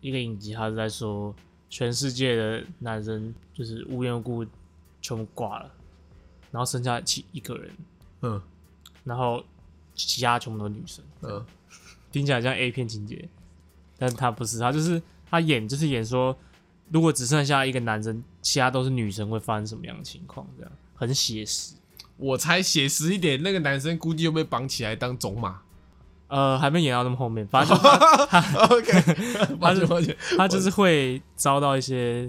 Speaker 2: 一个影集，他是在说全世界的男生就是无缘无故全部挂了，然后剩下其一个人，
Speaker 1: 嗯
Speaker 2: 然后其他全部都女生，
Speaker 1: 嗯，
Speaker 2: 听起来像 A 片情节，但他不是，他就是他演就是演说，如果只剩下一个男生，其他都是女生，会发生什么样的情况？这样很写实。
Speaker 1: 我才写实一点，那个男生估计又被绑起来当种马。
Speaker 2: 呃，还没演到那么后面，
Speaker 1: [laughs]
Speaker 2: 反正就
Speaker 1: OK，抱 [laughs] 歉抱歉，
Speaker 2: 他就是会遭到一些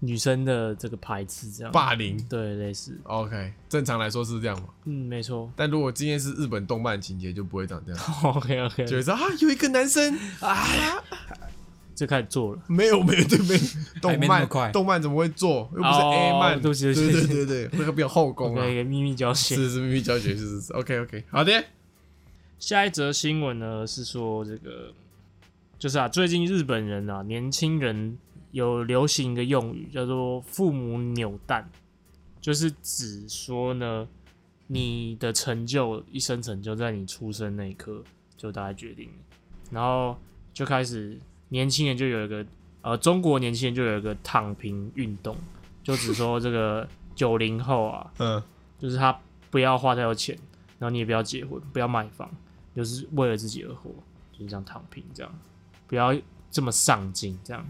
Speaker 2: 女生的这个排斥，这样
Speaker 1: 霸凌。
Speaker 2: 对，类似，
Speaker 1: OK，正常来说是这样嘛，
Speaker 2: 嗯，
Speaker 1: [laughs]
Speaker 2: 没错。
Speaker 1: 但如果今天是日本动漫情节，就不会长这样。
Speaker 2: OK OK，
Speaker 1: 就
Speaker 2: 就
Speaker 1: 会说啊，有一个男生啊，
Speaker 2: 就开始做了。
Speaker 1: 没有没有对没有，
Speaker 3: 还
Speaker 1: 动
Speaker 3: 没那么快
Speaker 1: 漫动漫怎么会做？又不是
Speaker 2: 哦
Speaker 1: A 漫，
Speaker 2: 对不起对
Speaker 1: 对
Speaker 2: 不起
Speaker 1: 对对对， [laughs] 那个比较后宫啊
Speaker 2: 那，个秘密交
Speaker 1: 是
Speaker 2: 线。
Speaker 1: 是秘密教学是是是，OK OK，好的，
Speaker 2: 下一则新闻呢是说这个，就是啊，最近日本人啊，年轻人有流行一个用语叫做“父母扭蛋”，就是指说呢，你的成就一生成就在你出生那一刻就大概决定了，然后就开始年轻人就有一个呃，中国年轻人就有一个躺平运动，就只说这个九零后啊，
Speaker 1: 嗯，
Speaker 2: 就是他不要花太多钱，然后你也不要结婚，不要买房，就是为了自己而活，就是这样躺平，这样不要这么上进，这样。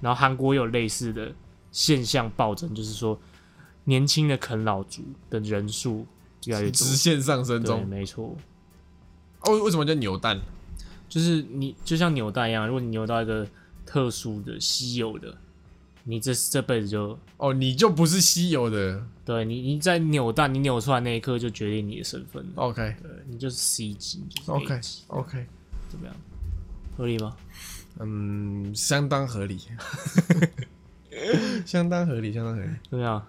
Speaker 2: 然后韩国有类似的现象暴增，就是说年轻的啃老族的人数越来越多
Speaker 1: 直。线上升
Speaker 2: 对，
Speaker 1: 中。
Speaker 2: 没错，
Speaker 1: 哦，为什么叫扭蛋？
Speaker 2: 就是你就像扭蛋一样，如果你扭到一个特殊的、稀有的，你你这这辈子就
Speaker 1: 哦，你就不是稀有的
Speaker 2: 对你你在扭蛋你扭出来那一刻就决定你的身份了，
Speaker 1: ，OK
Speaker 2: 对你就是 C 级，你就是 A
Speaker 1: OK
Speaker 2: 级
Speaker 1: OK，
Speaker 2: 怎么样？合理吗？
Speaker 1: 嗯，相当合 [laughs] 理，相当合理，相当合理，
Speaker 2: 怎么样？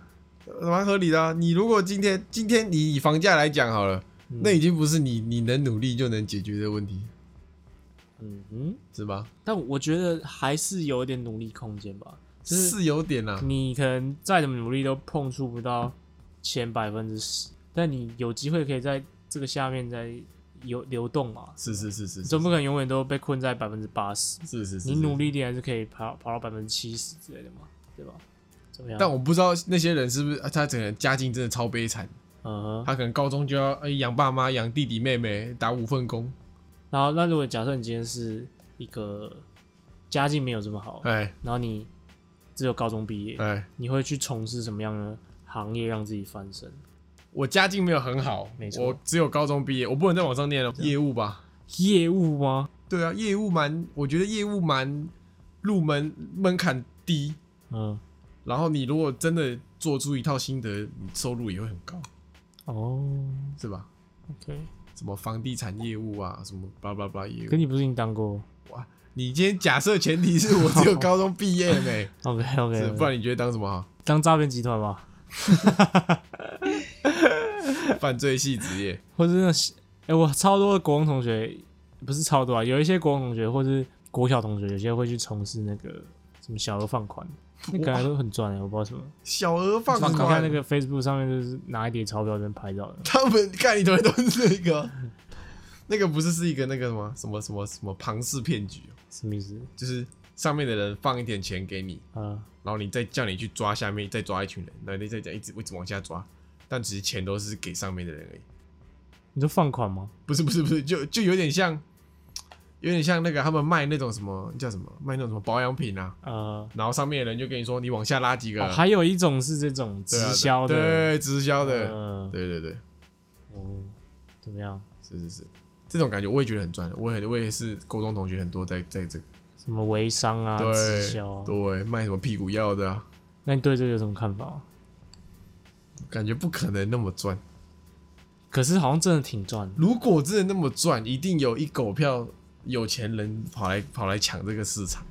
Speaker 1: 呃蛮合理的、啊。你如果今天今天你以房价来讲好了，那已经不是你你能努力就能解决的问题，
Speaker 2: 嗯哼，
Speaker 1: 是吧？
Speaker 2: 但我觉得还是有一点努力空间吧，就是
Speaker 1: 是嗯有点啊啦，
Speaker 2: 你可能再怎么努力都碰触不到前百分之十，但你有机会可以在这个下面再游流动嘛，
Speaker 1: 是是是是，
Speaker 2: 总不可能永远都被困在百分之八十，
Speaker 1: 是是是，
Speaker 2: 你
Speaker 1: 是
Speaker 2: 努力一点还是可以跑跑到百分之七十之类的嘛，对吧？怎么样？
Speaker 1: 但我不知道那些人是不是啊他整个人家境真的超悲惨，
Speaker 2: 嗯哼，
Speaker 1: 他可能高中就要哎养爸妈、养弟弟妹妹，打五份工，
Speaker 2: 然后那如果假设你今天是一个家境没有这么好，
Speaker 1: 哎
Speaker 2: 然后你只有高中毕业，
Speaker 1: 哎，
Speaker 2: 你会去从事什么样的行业让自己翻身？
Speaker 1: 我家境没有很好，
Speaker 2: 没错
Speaker 1: 我只有高中毕业，我不能再往上念了，业务吧？
Speaker 2: 业务吗？
Speaker 1: 对啊，业务蛮，我觉得业务蛮入门门槛低，
Speaker 2: 嗯，
Speaker 1: 然后你如果真的做出一套心得，你收入也会很高，
Speaker 2: 哦
Speaker 1: 是吧？
Speaker 2: ，OK，
Speaker 1: 什么房地产业务啊，什么巴拉巴拉巴拉业
Speaker 2: 可
Speaker 1: 务，
Speaker 2: 你不是已经当过
Speaker 1: 哇！你今天假设前提是我只有高中毕
Speaker 2: [laughs]
Speaker 1: 业没，
Speaker 2: ？OK
Speaker 1: 是
Speaker 2: OK，
Speaker 1: 不然你觉得当什么好？
Speaker 2: 当诈骗集团吧，
Speaker 1: 犯罪系职业，
Speaker 2: 或者那些，哎、我超多的国中同学，不是超多啊，有一些国中同学或是国小同学，有些会去从事那个什么小额放款，那感觉都很赚哎、我不知道什么。
Speaker 1: 小额
Speaker 2: [laughs]
Speaker 1: 放款。
Speaker 2: 你看那个 Facebook 上面就是拿一叠钞票在那边拍照的，
Speaker 1: 他们看你头都是那个，那个不是是一个那个什么什么什么什么庞氏骗局哦，
Speaker 2: 什么意思？
Speaker 1: 就是上面的人放一点钱给你，
Speaker 2: 啊、
Speaker 1: 然后你再叫你去抓下面，再抓一群人，然后你再再一直一直往下抓，但其实钱都是给上面的人而已。
Speaker 2: 你说放款吗？
Speaker 1: 不是不是不是，就就有点像，有点像那个他们卖那种什么叫什么卖那种什么保养品啊，
Speaker 2: 呃，
Speaker 1: 然后上面的人就跟你说你往下拉几个，
Speaker 2: 哦还有一种是这种直
Speaker 1: 啊对啊
Speaker 2: 销的，
Speaker 1: 对直销的，
Speaker 2: 呃，
Speaker 1: 对对对。
Speaker 2: 哦，怎么样？
Speaker 1: 是是是，这种感觉我也觉得很赚。我也我也是高中同学很多在在这个，
Speaker 2: 什么微商啊、直
Speaker 1: 对、
Speaker 2: 销啊？
Speaker 1: 对，卖什么屁股药的、啊，
Speaker 2: 那你对这个有什么看法？
Speaker 1: 感觉不可能那么赚。
Speaker 2: 可是好像真的挺赚的，
Speaker 1: 如果真的那么赚，一定有一狗票有钱人跑来跑来抢这个市场。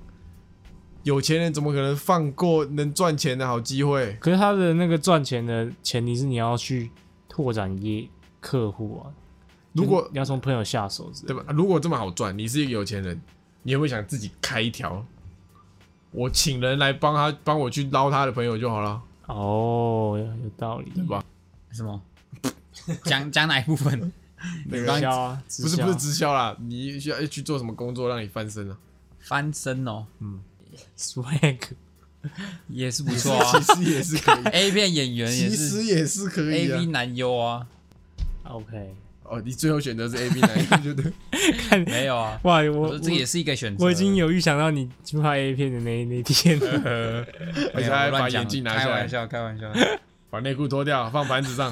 Speaker 1: 有钱人怎么可能放过能赚钱的好机会？
Speaker 2: 可是他的那个赚钱的前提是你要去拓展业客户啊，
Speaker 1: 如
Speaker 2: 就
Speaker 1: 果
Speaker 2: 是你要从朋友下手之类
Speaker 1: 对
Speaker 2: 的，
Speaker 1: 吧？如果这么好赚，你是一个有钱人，你有没有想自己开一条？我请人来帮他帮我去捞他的朋友就好了，
Speaker 2: 哦，有有道理，
Speaker 1: 对？吧？
Speaker 3: [laughs] 什么？讲讲哪一部分？
Speaker 1: 那
Speaker 2: 直
Speaker 1: 个
Speaker 2: 销啊，直
Speaker 1: 不是不是
Speaker 2: 销
Speaker 1: 直销啦，你需要去做什么工作让你翻身啊？
Speaker 3: 翻身哦，
Speaker 2: swag，
Speaker 3: 也是不错啊。
Speaker 1: 其实也是可以，
Speaker 3: A 片演员 [laughs] 也
Speaker 1: 其
Speaker 3: 是
Speaker 1: 实也是可
Speaker 3: A
Speaker 1: 以
Speaker 3: V
Speaker 1: 啊。
Speaker 3: 男优啊，
Speaker 2: OK，
Speaker 1: 哦，你最后选择是 A B 男
Speaker 3: [laughs]
Speaker 1: 优，就对。
Speaker 2: 看
Speaker 3: 没有啊。
Speaker 2: 哇，
Speaker 3: 我
Speaker 2: 我
Speaker 3: 说这也是一个选择。
Speaker 2: 我我已经有预想到你去拍 A 片的那那天了，
Speaker 1: 而
Speaker 3: 没
Speaker 1: 且
Speaker 3: 有
Speaker 1: 他还
Speaker 3: 哎我
Speaker 1: 把
Speaker 3: 乱讲
Speaker 1: 眼镜拿
Speaker 3: 开
Speaker 1: 下
Speaker 3: 玩
Speaker 1: 来，
Speaker 3: 笑，开玩笑。
Speaker 1: 把内裤脱掉，放盘子上。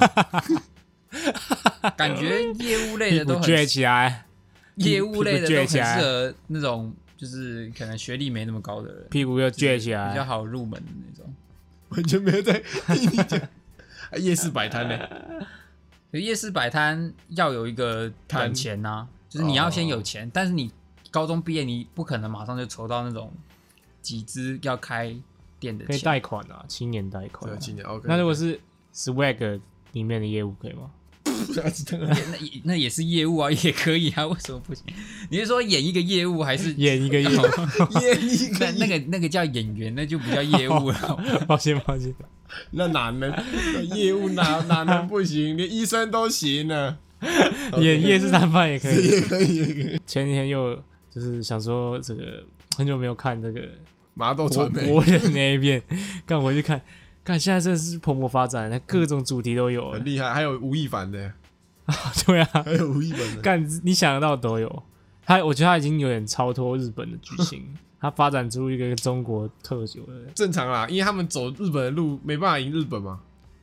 Speaker 3: 感觉业务类
Speaker 2: 呃屁
Speaker 3: 的
Speaker 2: 股
Speaker 3: 都很
Speaker 2: 撅起来，
Speaker 3: 业务类的都
Speaker 2: 屁股撅
Speaker 3: 很
Speaker 2: 起
Speaker 3: 适
Speaker 2: 来
Speaker 3: 合那种，就是可能学历没那么高的人，
Speaker 2: 屁股又撅起
Speaker 3: 比较
Speaker 2: 来，
Speaker 3: 好入门的那种。
Speaker 1: [laughs] 完全没有在听你讲。啊 [laughs] 夜市摆摊呢？
Speaker 3: 可是夜市摆摊要有一个本钱呐、就是你要先
Speaker 2: 哦
Speaker 3: 有钱，但是你高中毕业，你不可能马上就筹到那种集资要开店的
Speaker 2: 可以
Speaker 3: 钱。
Speaker 2: 贷款啊，青年贷款
Speaker 1: 对，
Speaker 2: 啊。
Speaker 1: 今年 OK。
Speaker 2: 那如果是 swag 里面的业务可以吗？
Speaker 3: 也那也那也是业务啊，也可以啊， [laughs] 为什么不行？你是说演一个业务还
Speaker 2: [laughs]
Speaker 3: 是哦
Speaker 2: 演一个业务，
Speaker 1: 耶，你
Speaker 3: 那那个那个叫演员，那就不叫业务了。
Speaker 2: [laughs] 抱歉抱歉，
Speaker 1: 那哪能？那业务哪哪能不行？连医生都行呢。
Speaker 2: 演夜市摊贩也可以。
Speaker 1: 也可以，也可以。
Speaker 2: 前几天又就是想说这个很久没有看这个
Speaker 1: 麻豆
Speaker 2: 国
Speaker 1: 传媒
Speaker 2: 国人那一片， [laughs] 刚回去看，看现在真的是蓬勃发展，那各种主题都有
Speaker 1: 很，厉害，还有吴亦凡的，
Speaker 2: [laughs] 对啊，
Speaker 1: 还有吴亦凡的。
Speaker 2: 干你想得到的都有。他我觉得他已经有点超脱日本的剧
Speaker 1: [laughs]
Speaker 2: 情，他发展出一个中国特有的，
Speaker 1: 正常啦，因为他们走日本的路没办法赢日本嘛，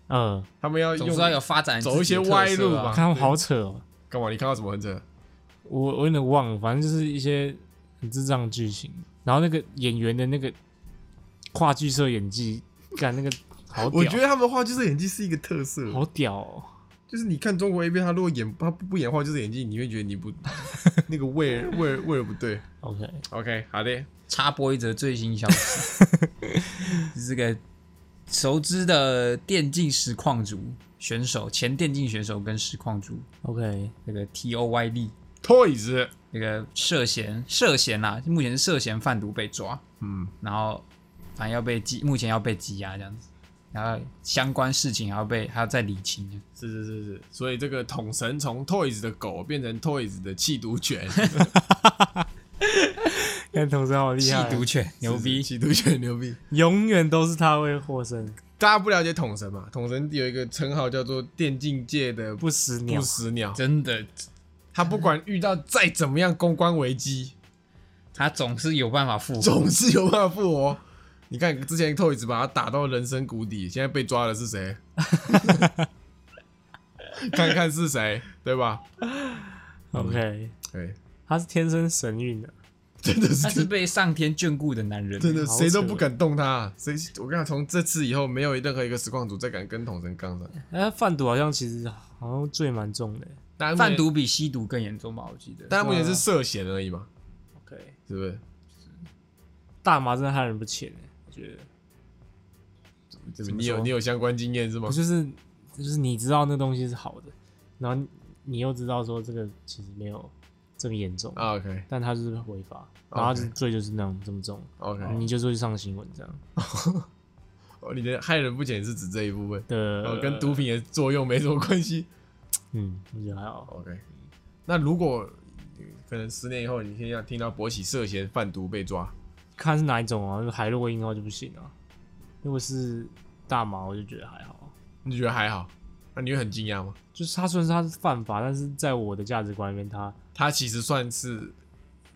Speaker 2: 嗯，
Speaker 1: 他们要
Speaker 3: 总
Speaker 1: 用
Speaker 3: 是要有发展、
Speaker 1: 走一些歪路吧
Speaker 2: 看他们好扯哦，
Speaker 1: 干嘛？你看到什么很扯？
Speaker 2: 我我有点忘了，反正就是一些很智障的剧情。然后那个演员的那个话剧社演技，干那个好屌，
Speaker 1: 我觉得他们话剧社演技是一个特色，
Speaker 2: 好屌、哦，
Speaker 1: 就是你看中国 A 片，他如果演他不不演话剧社演技，你会觉得你 [laughs] 不那个味儿味儿味儿不对。
Speaker 2: OK，
Speaker 1: OK，好的，
Speaker 3: 插播一则最新消息，
Speaker 1: [laughs]
Speaker 3: 这个熟知的电竞实况组选手，前电竞选手跟实况组
Speaker 2: [laughs] OK，
Speaker 3: 那个 T O Y D
Speaker 1: 退子，
Speaker 3: 那个涉嫌涉嫌啊，目前是涉嫌贩毒被抓，
Speaker 1: 嗯，
Speaker 3: 然后反正要被羁，目前要被羁押这样子，然后相关事情还要被还要再理清。
Speaker 1: 是是是是，所以这个桶神从 Toys 的狗变成 Toys 的弃毒 [laughs] 犬，
Speaker 2: 看童声好厉
Speaker 3: 弃
Speaker 2: 害，
Speaker 3: 毒犬牛
Speaker 1: [laughs]
Speaker 3: 逼，
Speaker 1: 弃毒犬牛逼。
Speaker 2: 永远都是他会获胜，
Speaker 1: 大家不了解桶神嘛？桶神有一个称号叫做电竞界的不
Speaker 2: 不死鸟
Speaker 1: 不，死鸟，
Speaker 3: 真的，
Speaker 1: 他不管遇到再怎么样公关危机，
Speaker 3: 他总是有办法复活。
Speaker 1: 总是有办法复活。你看之前 Toys 把他打到人生谷底，现在被抓的是 [laughs] 谁？看看是谁，对吧？哎
Speaker 2: OK，
Speaker 1: 对，
Speaker 2: 他是天生神韵的，
Speaker 1: 真的
Speaker 3: 他
Speaker 1: 是
Speaker 3: 是被上天眷顾的男人，
Speaker 1: 真的，
Speaker 2: 好
Speaker 1: 谁都
Speaker 2: 扯
Speaker 1: 不敢动他。谁？我跟你讲，从这次以后，没有任何一个实况组再敢跟统神杠上。
Speaker 2: 哎、他贩毒好像其实好像罪蛮重的
Speaker 1: 当然目前
Speaker 3: 贩，毒比吸毒更严重吧？我记得。
Speaker 1: 当然目前是涉嫌而已嘛，
Speaker 2: ，OK，
Speaker 1: 是不是？
Speaker 2: 大麻真的害人不浅欸我觉得，
Speaker 1: 这
Speaker 2: 怎么
Speaker 1: 你有
Speaker 2: 说
Speaker 1: 你有相关经验是吗
Speaker 2: 不？就是就是你知道那东西是好的，然后你你又知道说这个其实没有这么严重，
Speaker 1: 啊，OK
Speaker 2: 但他就是违法，然后他
Speaker 1: OK
Speaker 2: 就是罪就是那种这么重，
Speaker 1: OK，
Speaker 2: 你就是会上新闻这样
Speaker 1: 哦，你的害人不浅是指这一部分，哦
Speaker 2: 的，，
Speaker 1: 跟毒品的作用没什么关系。
Speaker 2: 嗯，我觉得还好，
Speaker 1: OK，那如果可能十年以后，你现在听到博喜涉嫌贩毒被抓，
Speaker 2: 看是哪一种啊，如果海洛因的话就不行啊，如果是大麻我就觉得还好啊。
Speaker 1: 你觉得还好？那你会很惊讶吗？
Speaker 2: 就是他虽然说他是犯法，但是在我的价值观里面，他
Speaker 1: 他其实算是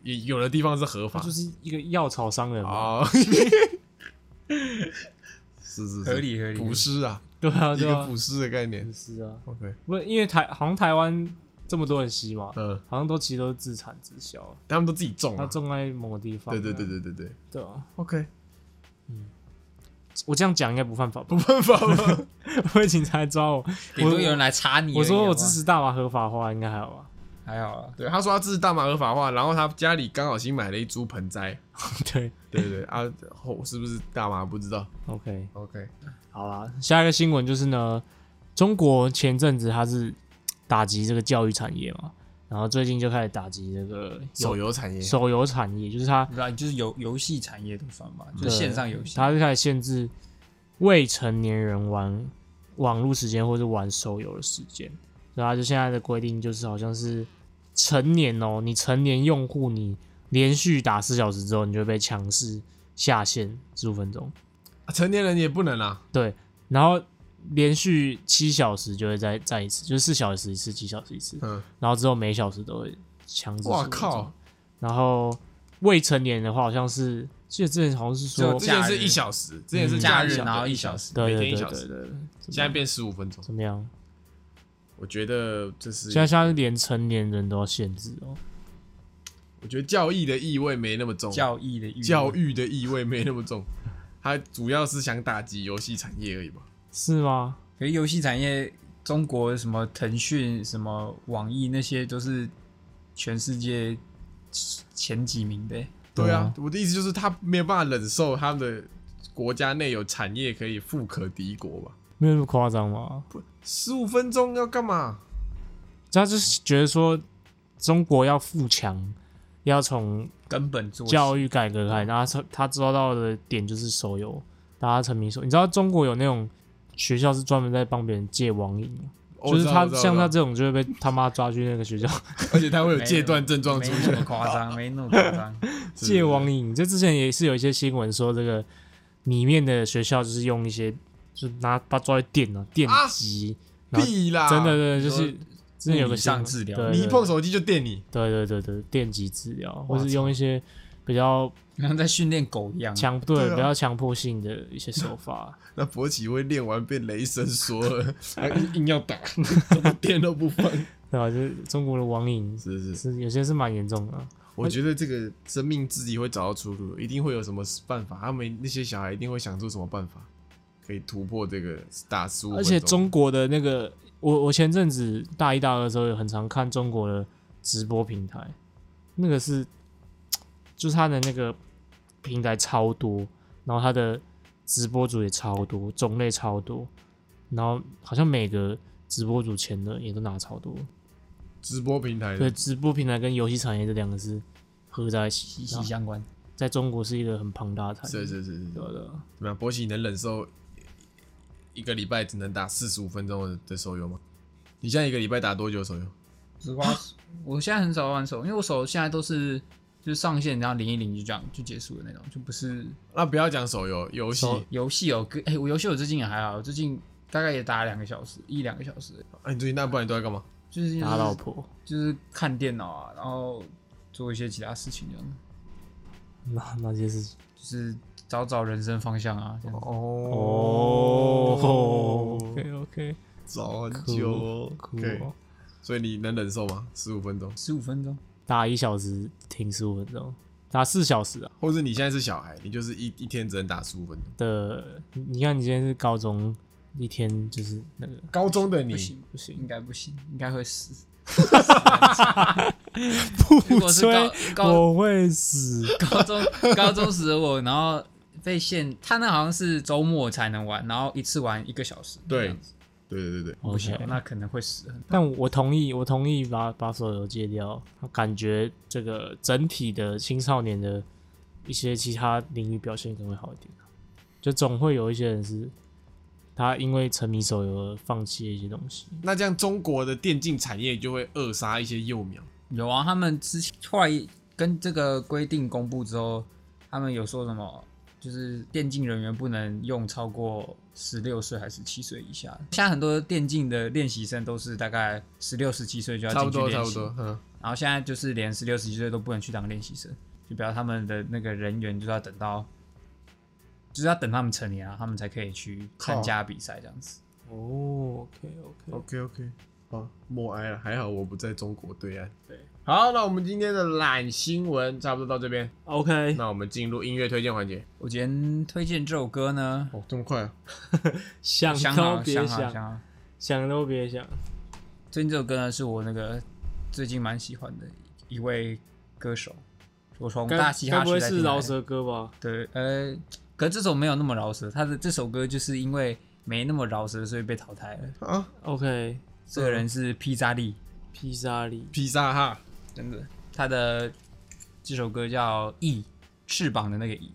Speaker 1: 也有的地方是合
Speaker 2: 他
Speaker 1: 法
Speaker 2: 就是一个药草商人嘛。
Speaker 1: 哦， [laughs] 是是是
Speaker 3: 合理合理
Speaker 1: 捕尸啊，
Speaker 2: 对啊，
Speaker 1: 一
Speaker 2: 对
Speaker 1: 个
Speaker 2: 啊
Speaker 1: 捕，尸的概念。
Speaker 2: 是啊，
Speaker 1: OK，
Speaker 2: 不是因为台好像台湾这么多人吸嘛，
Speaker 1: 嗯，
Speaker 2: 好像都其实都是自产自销，
Speaker 1: 他们都自己种
Speaker 2: 他
Speaker 1: 啊，
Speaker 2: 种在某个地方。
Speaker 1: 对对对对对对
Speaker 2: 对啊，
Speaker 1: ，OK，
Speaker 2: 我这样讲应该不犯法吧 [laughs]
Speaker 1: 不？办法了。
Speaker 2: 会警察来抓我？
Speaker 3: 顶多有人来查你而已。
Speaker 2: 我说
Speaker 3: 好
Speaker 2: 我
Speaker 3: 不
Speaker 2: 支
Speaker 3: 好，
Speaker 2: 持大麻合法化，应该还好吧？
Speaker 3: 还好啊。
Speaker 1: [laughs] 对，他说他支持大麻合法化，然后他家里刚好新买了一株盆栽，
Speaker 2: 对
Speaker 1: 对对对啊，后是不是大麻不知道
Speaker 2: ，OK，
Speaker 1: ？OK，
Speaker 2: 好啦，下一个新闻就是呢，中国前阵子它是打击这个教育产业嘛，然后最近就开始打击这个
Speaker 1: 手游产业，
Speaker 2: 手游产业，就是它
Speaker 3: 不知道，就是游游戏产业都算
Speaker 1: 嗯
Speaker 3: 吧，就是线上游戏。
Speaker 2: 它是开始限制未成年人玩网络时间或者玩手游的时间，然后它就现在的规定就是好像是成年哦，你成年用户你连续打四小时之后，你就会被强制下线十五分钟，
Speaker 1: 啊成年人也不能啊。
Speaker 2: 对，然后连续七小时就会再再一次，就是四小时一次，七小时一次，
Speaker 1: 嗯，
Speaker 2: 然后之后每小时都会强制15
Speaker 1: 哇
Speaker 2: 分钟
Speaker 1: 靠！！
Speaker 2: 然后未成年的话，好像是记得之前好像是
Speaker 1: 只有
Speaker 2: 说
Speaker 1: 之前
Speaker 3: 假
Speaker 1: 是
Speaker 3: 日
Speaker 1: 一小时，之前是
Speaker 2: 嗯
Speaker 1: 假
Speaker 3: 假日
Speaker 1: 然
Speaker 3: 然
Speaker 1: 后
Speaker 3: 后
Speaker 1: 一
Speaker 3: 一
Speaker 1: 小
Speaker 3: 小
Speaker 1: 时，每
Speaker 2: 对
Speaker 1: 天
Speaker 2: 对
Speaker 1: 一
Speaker 2: 对
Speaker 1: 小
Speaker 2: 对
Speaker 1: 时，
Speaker 2: 对，
Speaker 1: 现在变十五分钟。
Speaker 2: 怎么样？
Speaker 1: 我觉得这是，
Speaker 2: 现在现在连成年人都要限制哦。
Speaker 1: 我觉得教义的意味没那么重，
Speaker 3: 教育的育
Speaker 1: 教育的意味没那么重， [laughs] 他主要是想打击游戏产业而已吧。
Speaker 2: 是吗？
Speaker 3: 可是游戏产业，中国什么腾讯、什么网易那些都是全世界前几名的欸。
Speaker 1: 对
Speaker 2: 对
Speaker 1: 啊
Speaker 2: 啊，
Speaker 1: 我的意思就是他没有办法忍受他们的国家内有产业可以富可敌国吧。
Speaker 2: 没有那么夸张吗？
Speaker 1: 十五分钟要干嘛？
Speaker 2: 他就是觉得说，中国要富强，要从
Speaker 3: 根本做起
Speaker 2: 教育改革
Speaker 1: 嗯
Speaker 2: 开始，然后他他抓到的点就是手游，大家沉迷手。你知道中国有那种学校是专门在帮别人戒网瘾吗，
Speaker 1: 哦
Speaker 2: 就是他
Speaker 1: 我知道
Speaker 2: 像
Speaker 1: 我
Speaker 2: 他
Speaker 1: 知道
Speaker 2: 这种就会被他妈抓去那个学校
Speaker 1: 而且他会有
Speaker 3: 没
Speaker 1: 戒断症状
Speaker 3: 没
Speaker 1: 出
Speaker 2: [laughs]
Speaker 1: 现。
Speaker 3: 那么夸张，没那么夸
Speaker 1: [laughs]
Speaker 3: 张。
Speaker 1: 是
Speaker 2: 戒网瘾。这之前也是有一些新闻说，这个里面的学校就是用一些，就拿把他抓去电啊，电
Speaker 1: 啊
Speaker 2: 击，然后
Speaker 1: 屁啦！
Speaker 2: 真的对，就
Speaker 3: 你说
Speaker 2: 是之前有
Speaker 3: 物
Speaker 2: 个
Speaker 3: 理
Speaker 2: 新闻
Speaker 3: 上治疗
Speaker 2: 对
Speaker 1: 你一
Speaker 2: 对
Speaker 1: 碰手机就电你。
Speaker 2: 对对对对，电击治疗，或
Speaker 1: 哇嗯
Speaker 2: 是用一些比较
Speaker 3: 像在训练狗一样，
Speaker 2: 强对
Speaker 1: 啊
Speaker 2: 比较强迫性的一些手
Speaker 1: [laughs]
Speaker 2: 法。
Speaker 1: 那博奇会练完被雷神说了， [laughs] 还硬要 [laughs] 打，怎么电都不放。
Speaker 2: 对啊，就是中国的网瘾
Speaker 1: 是是，
Speaker 2: 是有些是蛮严重的啊。
Speaker 1: 我觉得这个生命自己会找到出路，一定会有什么办法。他们那些小孩一定会想出什么办法，可以突破这个大十五。
Speaker 2: 而且中国的那个，我我前阵子大一、大二的时候，也很常看中国的直播平台，那个是，就是它的那个平台超多，然后它的直播主也超多，种类超多，然后好像每个直播主钱的也都拿超多，
Speaker 1: 直播平台
Speaker 2: 对，
Speaker 1: 的
Speaker 2: 直播平台跟游戏产业这两个是合在一
Speaker 3: 息
Speaker 2: 起，
Speaker 3: 息相关。
Speaker 2: 在中国是一个很庞大的产业，
Speaker 1: 是是是是，
Speaker 2: 对啊对啊
Speaker 1: 怎么样？博喜，你能忍受一个礼拜只能打四十五分钟的的手游吗？你现在一个礼拜打多久手游？
Speaker 3: 只玩，我现在很少玩手，因为我手现在都是就是上线，然后零一零就这样就结束的那种，就不是
Speaker 1: 那不要讲手游，游戏。
Speaker 3: 手游戏有个哎、我游戏我最近也还好，我最近大概也打了两个小时，一两个小时，
Speaker 1: 哎，你最近那不然你都在干嘛？
Speaker 3: 就是就是
Speaker 2: 打老婆，
Speaker 3: 就是看电脑啊，然后做一些其他事情这样，
Speaker 2: 那那些事情。
Speaker 3: 就是找找人生方向啊，这样子
Speaker 2: 哦，OK OK，
Speaker 1: 找很久哦。
Speaker 2: 酷
Speaker 1: OK，
Speaker 2: 哦，
Speaker 1: 所以你能忍受吗？十五分钟，
Speaker 3: 十五分钟。
Speaker 2: 打一小时停十五分钟，打四小时啊
Speaker 1: 或者你现在是小孩，你就是一一天只能打十五分钟。
Speaker 2: 的。你你看，你今天是高中一天就是那个
Speaker 1: 高中的你
Speaker 3: 不行不 [laughs] 行，应该不行，应该会死。如
Speaker 2: 不 [laughs]
Speaker 3: 果是高高
Speaker 2: 我会死。
Speaker 3: 高中高中时的我，然后被限，他那好像是周末才能玩，然后一次玩一个小时。这
Speaker 1: 对
Speaker 3: 样子，
Speaker 1: 对对对对，
Speaker 3: 不行
Speaker 2: OK，，
Speaker 3: 那可能会死很。
Speaker 2: 但我同意，我同意把把手游戒掉。感觉这个整体的青少年的一些其他领域表现可能会好一点啊就总会有一些人是他因为沉迷手游而放弃了一些东西。
Speaker 1: 那这样中国的电竞产业就会扼杀一些幼苗。
Speaker 3: 有啊，他们之前后来跟这个规定公布之后，他们有说什么？就是电竞人员不能用超过十六岁还是七岁以下。现在很多电竞的练习生都是大概十六、十七岁就要
Speaker 1: 差不
Speaker 3: 进去
Speaker 1: 多，差
Speaker 3: 练
Speaker 1: 不
Speaker 3: 习。
Speaker 1: 多，嗯，
Speaker 3: 然后现在就是连十六、十七岁都不能去当练习生，就表示他们的那个人员就是要等到，就是要等他们成年啊，他们才可以去参加比赛这样子。
Speaker 2: 哦，OK OK，
Speaker 1: OK OK，好，默哀了，还好我不在中国对岸。对，好，那我们今天的懒新闻差不多到这边，
Speaker 2: OK，
Speaker 1: 那我们进入音乐推荐环节。
Speaker 3: 我今天推荐这首歌呢，
Speaker 1: 哦，这么快啊？
Speaker 2: 想
Speaker 3: 想
Speaker 2: 都
Speaker 3: 好
Speaker 2: 别
Speaker 3: 想好
Speaker 2: 想，
Speaker 3: 想好，
Speaker 2: 想都别想。
Speaker 3: 最近这首歌呢是我那个最近蛮喜欢的一位歌手，我从大
Speaker 2: 该
Speaker 3: 嘻
Speaker 2: 该
Speaker 3: 哈
Speaker 2: 不会
Speaker 3: 时代
Speaker 2: 是
Speaker 3: 听来
Speaker 2: 饶
Speaker 3: 的
Speaker 2: 舌歌吧？
Speaker 3: 对，呃，可是这首没有那么饶舌，他的这首歌就是因为没那么饶舌，所以被淘汰了。
Speaker 1: 啊，
Speaker 2: OK，
Speaker 3: 这
Speaker 2: 嗯
Speaker 3: 个人是披扎利，
Speaker 2: 披萨里
Speaker 1: 披萨哈，
Speaker 3: 真的，他的这首歌叫《翼》，翅膀的那个翼，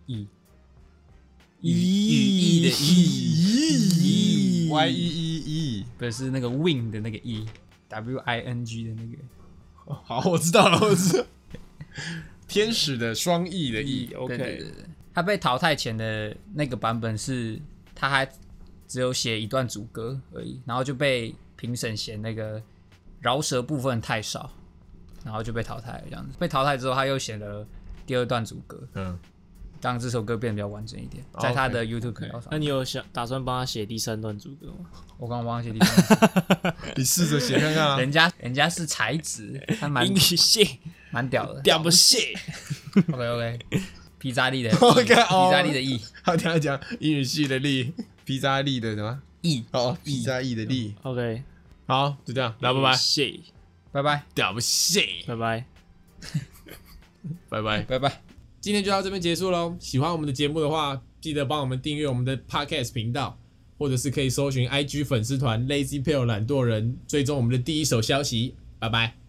Speaker 3: 翼羽翼的翼，
Speaker 1: y e e e，
Speaker 3: 不是那个 wing 的那个翼，w i n g 的那个
Speaker 1: [laughs] 好，我知道了，我知道。天使的双翼的翼
Speaker 2: ，E OK，
Speaker 3: 对对对对，他被淘汰前的那个版本是，他还只有写一段主歌而已，然后就被评审嫌那个饶舌部分太少，然后就被淘汰了。这样子被淘汰之后，他又写了第二段主歌，
Speaker 1: 嗯，
Speaker 3: 让这首歌变得比较完整一点，
Speaker 1: 哦
Speaker 3: 在他
Speaker 1: OK
Speaker 3: 的 YouTube 频道上
Speaker 2: 那。你有想打算帮他写第三段主歌
Speaker 3: [laughs]
Speaker 2: 吗？
Speaker 3: 哎
Speaker 2: [laughs]
Speaker 3: 我刚刚忘记地 [laughs] 方，
Speaker 1: 你试着写看看啊。
Speaker 3: 人家人家是才子，他 [laughs] 蛮
Speaker 2: 英语系
Speaker 3: 蛮屌 [laughs] 的。
Speaker 2: 屌
Speaker 1: [laughs]
Speaker 2: 不系
Speaker 3: OK OK，披 [laughs] 萨 [laughs] 利的 E，
Speaker 1: OK，
Speaker 3: 披
Speaker 1: 哦
Speaker 3: 萨利的 E
Speaker 1: 他等一下讲英语系的力，披萨力的什么？
Speaker 3: E，
Speaker 1: 哦，披萨力的力。
Speaker 2: ，OK，
Speaker 1: 好，就这样，来，拜拜，
Speaker 2: 谢，
Speaker 3: 拜拜
Speaker 1: 屌不谢，
Speaker 2: 拜拜。
Speaker 1: 拜拜。
Speaker 3: 拜拜，
Speaker 1: 今天就到这边结束喽。喜欢我们的节目的话，记得帮我们订阅我们的 Podcast 频道，或者是可以搜寻 IG 粉丝团 Lazy p a l e 懒惰人，追踪我们的第一手消息。拜拜。